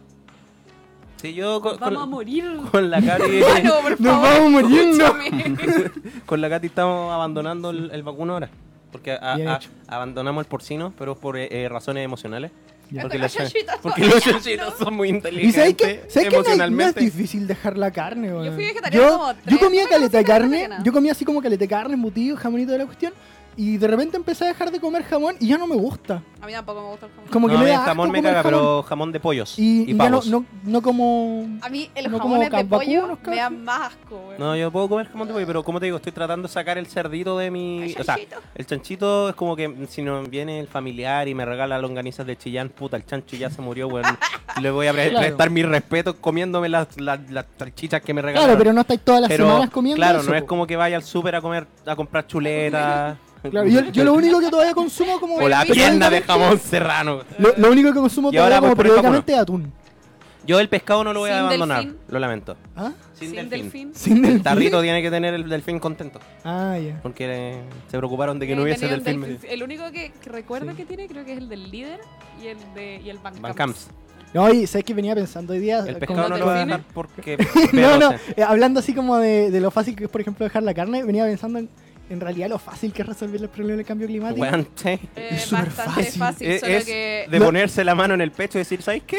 Speaker 3: Sí, yo con,
Speaker 2: vamos a
Speaker 3: con-
Speaker 2: morir.
Speaker 3: con la Katy
Speaker 2: Bueno, por favor,
Speaker 4: Nos vamos muriendo.
Speaker 2: escúchame.
Speaker 3: con la Katy estamos abandonando el, el vacuno ahora. Porque a-
Speaker 4: Bien
Speaker 3: a-
Speaker 4: hecho.
Speaker 3: abandonamos el porcino, pero por eh, eh, razones emocionales.
Speaker 4: Ya.
Speaker 3: Porque
Speaker 2: Estos
Speaker 3: los,
Speaker 2: chanchitos
Speaker 3: porque los
Speaker 2: son-
Speaker 3: chanchitos son muy
Speaker 4: ¿Y
Speaker 3: inteligentes
Speaker 4: sabes que, sabes que no, es- no es
Speaker 3: emocionalmente.
Speaker 4: difícil dejar la carne? weón.
Speaker 2: fui vegetariana como
Speaker 4: yo, yo
Speaker 2: tres
Speaker 4: comía
Speaker 2: veces,
Speaker 4: caleta de
Speaker 2: no soy
Speaker 4: carne,
Speaker 2: vegetariana.
Speaker 4: yo comía así como caleta de carne, embutido, jamonito de la cuestión, y de repente empecé a dejar de comer jamón y ya no me gusta.
Speaker 2: A mí tampoco me gusta el jamón.
Speaker 4: Como que
Speaker 3: No,
Speaker 4: me
Speaker 3: a mí
Speaker 4: da
Speaker 3: el
Speaker 4: asco
Speaker 3: jamón me
Speaker 4: comer
Speaker 3: caga,
Speaker 4: jamón.
Speaker 3: pero jamón de pollos
Speaker 4: Y,
Speaker 3: y,
Speaker 4: y ya no,
Speaker 3: pavos. No,
Speaker 4: no, no como...
Speaker 2: A mí el
Speaker 4: No como
Speaker 2: jamón de
Speaker 4: can-
Speaker 2: pollo
Speaker 4: vacunos,
Speaker 2: me da
Speaker 4: casi.
Speaker 2: más asco, güey.
Speaker 3: yo puedo comer jamón de pollo, pero como te digo, estoy tratando de sacar el cerdito de mi...
Speaker 2: El
Speaker 3: o sea,
Speaker 2: chanchito.
Speaker 3: el chanchito es como que si no viene el familiar y me regala longanizas de chillán, puta, el chancho ya se murió, weón. Y le voy a pre-
Speaker 4: Claro.
Speaker 3: prestar mi respeto comiéndome las, las, las salchichas que me regalaron.
Speaker 4: Claro, pero no estáis todas las
Speaker 3: Pero,
Speaker 4: semanas comiendo
Speaker 3: Claro,
Speaker 4: eso,
Speaker 3: no es
Speaker 4: po.
Speaker 3: como que vaya al súper a comer, a comprar chuletas.
Speaker 4: Claro, yo, yo lo único que todavía consumo como...
Speaker 3: O la
Speaker 2: Pero
Speaker 3: pierna de
Speaker 4: periódicamente-
Speaker 3: jamón serrano.
Speaker 4: Lo, lo único que consumo
Speaker 3: Y ahora voy
Speaker 4: todavía como
Speaker 3: por el vacuno.
Speaker 4: periódicamente es atún.
Speaker 3: Yo el pescado no lo voy a
Speaker 2: Sin
Speaker 3: abandonar,
Speaker 2: delfín.
Speaker 3: lo lamento.
Speaker 4: ¿Ah?
Speaker 3: Sin,
Speaker 2: Sin
Speaker 3: delfín.
Speaker 2: delfín.
Speaker 4: Sin
Speaker 3: El
Speaker 4: delfín.
Speaker 3: tarrito tiene que tener el delfín contento.
Speaker 4: Ah, ya.
Speaker 3: Porque eh, se preocuparon de que
Speaker 2: Yo
Speaker 3: no
Speaker 2: he
Speaker 3: hubiese
Speaker 2: tenido un
Speaker 3: delfín.
Speaker 2: delfín. El único que, que recuerdo
Speaker 4: Sí.
Speaker 2: que tiene creo que es el del líder y el de y el Van
Speaker 3: Bancamps.
Speaker 4: No, y sabes que venía pensando hoy día...
Speaker 3: El
Speaker 4: eh,
Speaker 3: pescado
Speaker 2: ¿Con
Speaker 3: no
Speaker 2: los
Speaker 3: lo voy a
Speaker 2: delfines?
Speaker 3: dejar porque.
Speaker 4: no,
Speaker 3: pero,
Speaker 4: no,
Speaker 3: o sea,
Speaker 4: eh, hablando así como de, de lo fácil que es, por ejemplo, dejar la carne, venía pensando en, en realidad lo fácil que es resolver los problemas del cambio climático.
Speaker 3: weón, sí.
Speaker 2: Eh,
Speaker 4: Es súper
Speaker 2: bastante fácil,
Speaker 4: fácil.
Speaker 3: Eh,
Speaker 2: solo
Speaker 3: Es
Speaker 2: que
Speaker 3: de
Speaker 4: No.
Speaker 3: ponerse la mano en el pecho y decir, ¿sabes qué?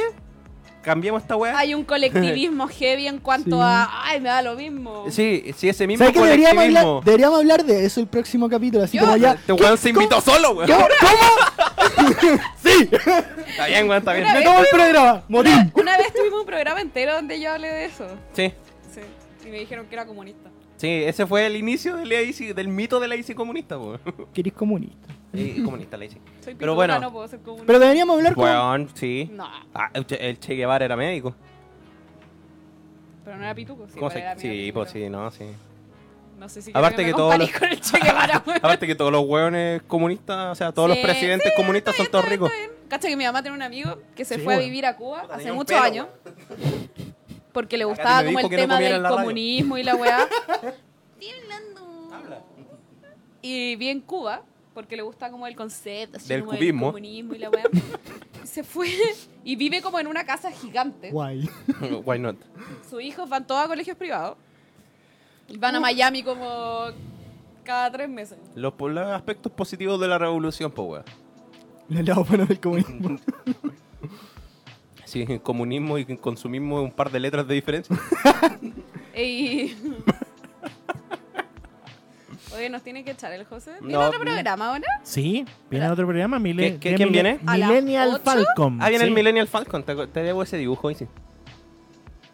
Speaker 3: Cambiemos esta weá.
Speaker 2: hay un colectivismo heavy en cuanto
Speaker 4: Sí.
Speaker 2: a ay me da lo mismo.
Speaker 3: Sí, sí, ese mismo
Speaker 4: ¿Sabes que deberíamos hablar,
Speaker 3: colectivismo.
Speaker 4: deberíamos hablar de eso el próximo capítulo? Así
Speaker 2: Yo-
Speaker 4: como ya.
Speaker 3: Este weón se invitó solo, weón.
Speaker 4: ¿Cómo? ¿Cómo? sí,
Speaker 3: Está bien, weón, está bien.
Speaker 2: Una
Speaker 4: me tomo el programa. Motín.
Speaker 2: Una vez tuvimos un programa entero donde yo hablé de eso.
Speaker 3: Sí.
Speaker 2: Sí. Y me dijeron que era comunista.
Speaker 3: Sí, ese fue el inicio de la IC, del mito de la IC comunista, weón.
Speaker 4: Querís comunista.
Speaker 3: Eh, comunista, la IC.
Speaker 2: Soy
Speaker 3: Pero
Speaker 2: Pero
Speaker 3: bueno.
Speaker 2: no puedo ser comunista.
Speaker 4: Pero deberíamos hablar como.
Speaker 3: Weón, sí.
Speaker 2: No,
Speaker 3: Ah, el Che- el Che Guevara era médico.
Speaker 2: pero no era pituco. Sí,
Speaker 3: ¿Cómo
Speaker 2: pero
Speaker 3: se-
Speaker 2: era medio
Speaker 3: Sí,
Speaker 2: pituco.
Speaker 3: pues sí, no, sí.
Speaker 2: No sé si
Speaker 3: Aparte
Speaker 2: quería
Speaker 3: que
Speaker 2: me
Speaker 3: todos
Speaker 2: comparís
Speaker 3: los-
Speaker 2: con el Che Guevara, weón.
Speaker 3: Aparte que todos los weones comunistas, o sea, todos
Speaker 2: Sí,
Speaker 3: los presidentes
Speaker 2: sí,
Speaker 3: comunistas
Speaker 2: está
Speaker 3: son todos
Speaker 2: bien,
Speaker 3: ricos.
Speaker 2: está bien. Cacha que mi mamá tiene un amigo que se
Speaker 4: Sí,
Speaker 2: fue a
Speaker 4: bueno.
Speaker 2: vivir a Cuba hace
Speaker 3: tenía un
Speaker 2: muchos
Speaker 3: pelo,
Speaker 2: años. Porque le
Speaker 3: Acá te
Speaker 2: gustaba
Speaker 3: me
Speaker 2: como el
Speaker 3: dijo que no
Speaker 2: tema
Speaker 3: comiera
Speaker 2: del
Speaker 3: en la radio.
Speaker 2: comunismo y la weá. Estoy hablando. Y vi en Cuba, porque le gusta como el concepto así
Speaker 3: Del
Speaker 2: como
Speaker 3: cubismo.
Speaker 2: comunismo y la weá. se fue y vive como en una casa gigante.
Speaker 4: Guay.
Speaker 3: Why not?
Speaker 2: Sus hijos van todos a colegios privados. Y van a Miami como cada tres meses.
Speaker 3: Los, po- los aspectos positivos de la revolución, pues, weón.
Speaker 4: Los lados buenos del comunismo.
Speaker 3: Sí, comunismo y consumismo es un par de letras de diferencia.
Speaker 1: Mm,
Speaker 2: Y... Oye, ¿nos tiene que echar el José? ¿Tiene
Speaker 3: No,
Speaker 2: otro programa ahora?
Speaker 1: Sí, viene otro programa. Mile-
Speaker 3: ¿Qué- qué-
Speaker 1: de
Speaker 3: quién
Speaker 1: Mile-
Speaker 3: viene?
Speaker 2: ¿A las
Speaker 1: Millennial
Speaker 2: ocho?
Speaker 1: Falcon.
Speaker 3: Ah, viene el
Speaker 1: sí.
Speaker 3: Millennial Falcon. Te, te debo ese dibujo, hice.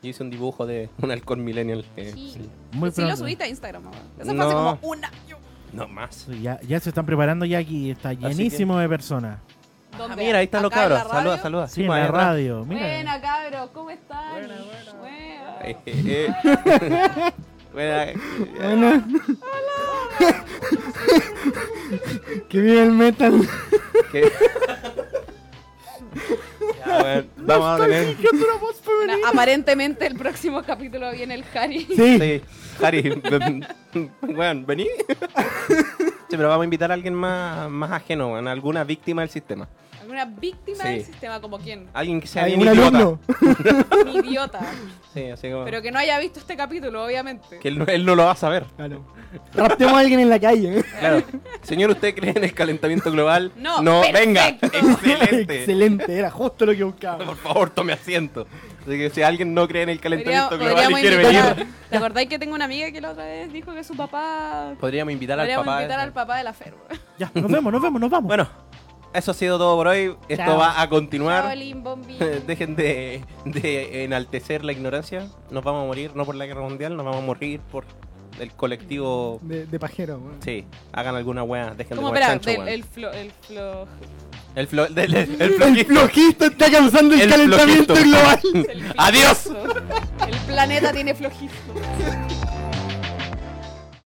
Speaker 3: Yo hice un dibujo de un halcón millennial. eh,
Speaker 2: Sí.
Speaker 3: sí.
Speaker 1: Muy
Speaker 2: sí, lo
Speaker 1: pronto.
Speaker 2: subiste a Instagram. ahora. Eso
Speaker 3: No.
Speaker 2: fue hace como un año.
Speaker 3: No más.
Speaker 1: Ya, ya se están preparando ya aquí. Está
Speaker 3: que-
Speaker 1: llenísimo de personas.
Speaker 2: ¿Dónde?
Speaker 3: Ah, mira, ahí están los
Speaker 2: Acá en la
Speaker 3: cabros. Saluda,
Speaker 2: radio.
Speaker 3: saluda.
Speaker 1: Sí, en
Speaker 3: pues,
Speaker 1: la
Speaker 3: ahí atrás.
Speaker 1: radio. Mira.
Speaker 2: Buena, cabros, ¿cómo están? Buena,
Speaker 3: Eh, eh, eh. Buena, eh,
Speaker 4: que vive el metal.
Speaker 3: eh, que- Ya, weón, Vamos a tener.
Speaker 2: Bueno, aparentemente el próximo capítulo viene el Harry.
Speaker 4: Sí.
Speaker 3: Sí, Harry, ven- weón, vení. Sí, pero vamos a invitar a alguien más, más ajeno, weón, alguna víctima del sistema.
Speaker 2: ¿Alguna víctima
Speaker 3: Sí. Ah.
Speaker 2: del sistema como quién?
Speaker 3: Alguien que sea
Speaker 4: Hay
Speaker 3: bien
Speaker 4: un
Speaker 3: idiota.
Speaker 4: alumno.
Speaker 2: Un idiota.
Speaker 3: Sí, así como-
Speaker 2: Pero que no haya visto este capítulo, obviamente.
Speaker 3: que él, no- él no lo va a saber.
Speaker 4: Claro. Raptemos a alguien en la calle.
Speaker 3: Claro. Señor, ¿usted cree en el calentamiento global?
Speaker 2: No,
Speaker 3: venga.
Speaker 2: perfecto.
Speaker 3: Excelente.
Speaker 4: Excelente, era justo lo que buscaba.
Speaker 3: Por favor, tome asiento. Así que si alguien no cree en el
Speaker 2: Podría-
Speaker 3: calentamiento global
Speaker 2: Podríamos
Speaker 3: y quiere
Speaker 2: invitar
Speaker 3: venir,
Speaker 2: a- ¿Te acordáis que tengo una amiga que la otra vez dijo que su papá...
Speaker 3: podríamos invitar al
Speaker 2: Podríamos
Speaker 3: papá.
Speaker 2: invitar al papá de la Fer. weón.
Speaker 1: Ya, nos vemos, nos vemos, nos vamos.
Speaker 3: Bueno, eso ha sido todo por hoy. Esto
Speaker 1: Chao.
Speaker 3: va a continuar.
Speaker 2: Chaolín, bombín.
Speaker 3: Dejen de, de enaltecer la ignorancia. Nos vamos a morir, no por la guerra mundial, nos vamos a morir por el colectivo.
Speaker 4: De, de pajero, weón.
Speaker 3: Sí, hagan alguna weá, dejen
Speaker 2: ¿Cómo
Speaker 3: de comer
Speaker 2: espera?
Speaker 3: chancho,
Speaker 2: del-
Speaker 3: weón.
Speaker 2: el flo... El flo...
Speaker 3: El flo- del- el- el
Speaker 4: El
Speaker 3: flojito.
Speaker 4: flojito está causando el,
Speaker 3: El
Speaker 4: calentamiento
Speaker 3: flojito.
Speaker 4: global.
Speaker 2: el
Speaker 3: Adiós.
Speaker 2: flojizo. El planeta tiene flojizo.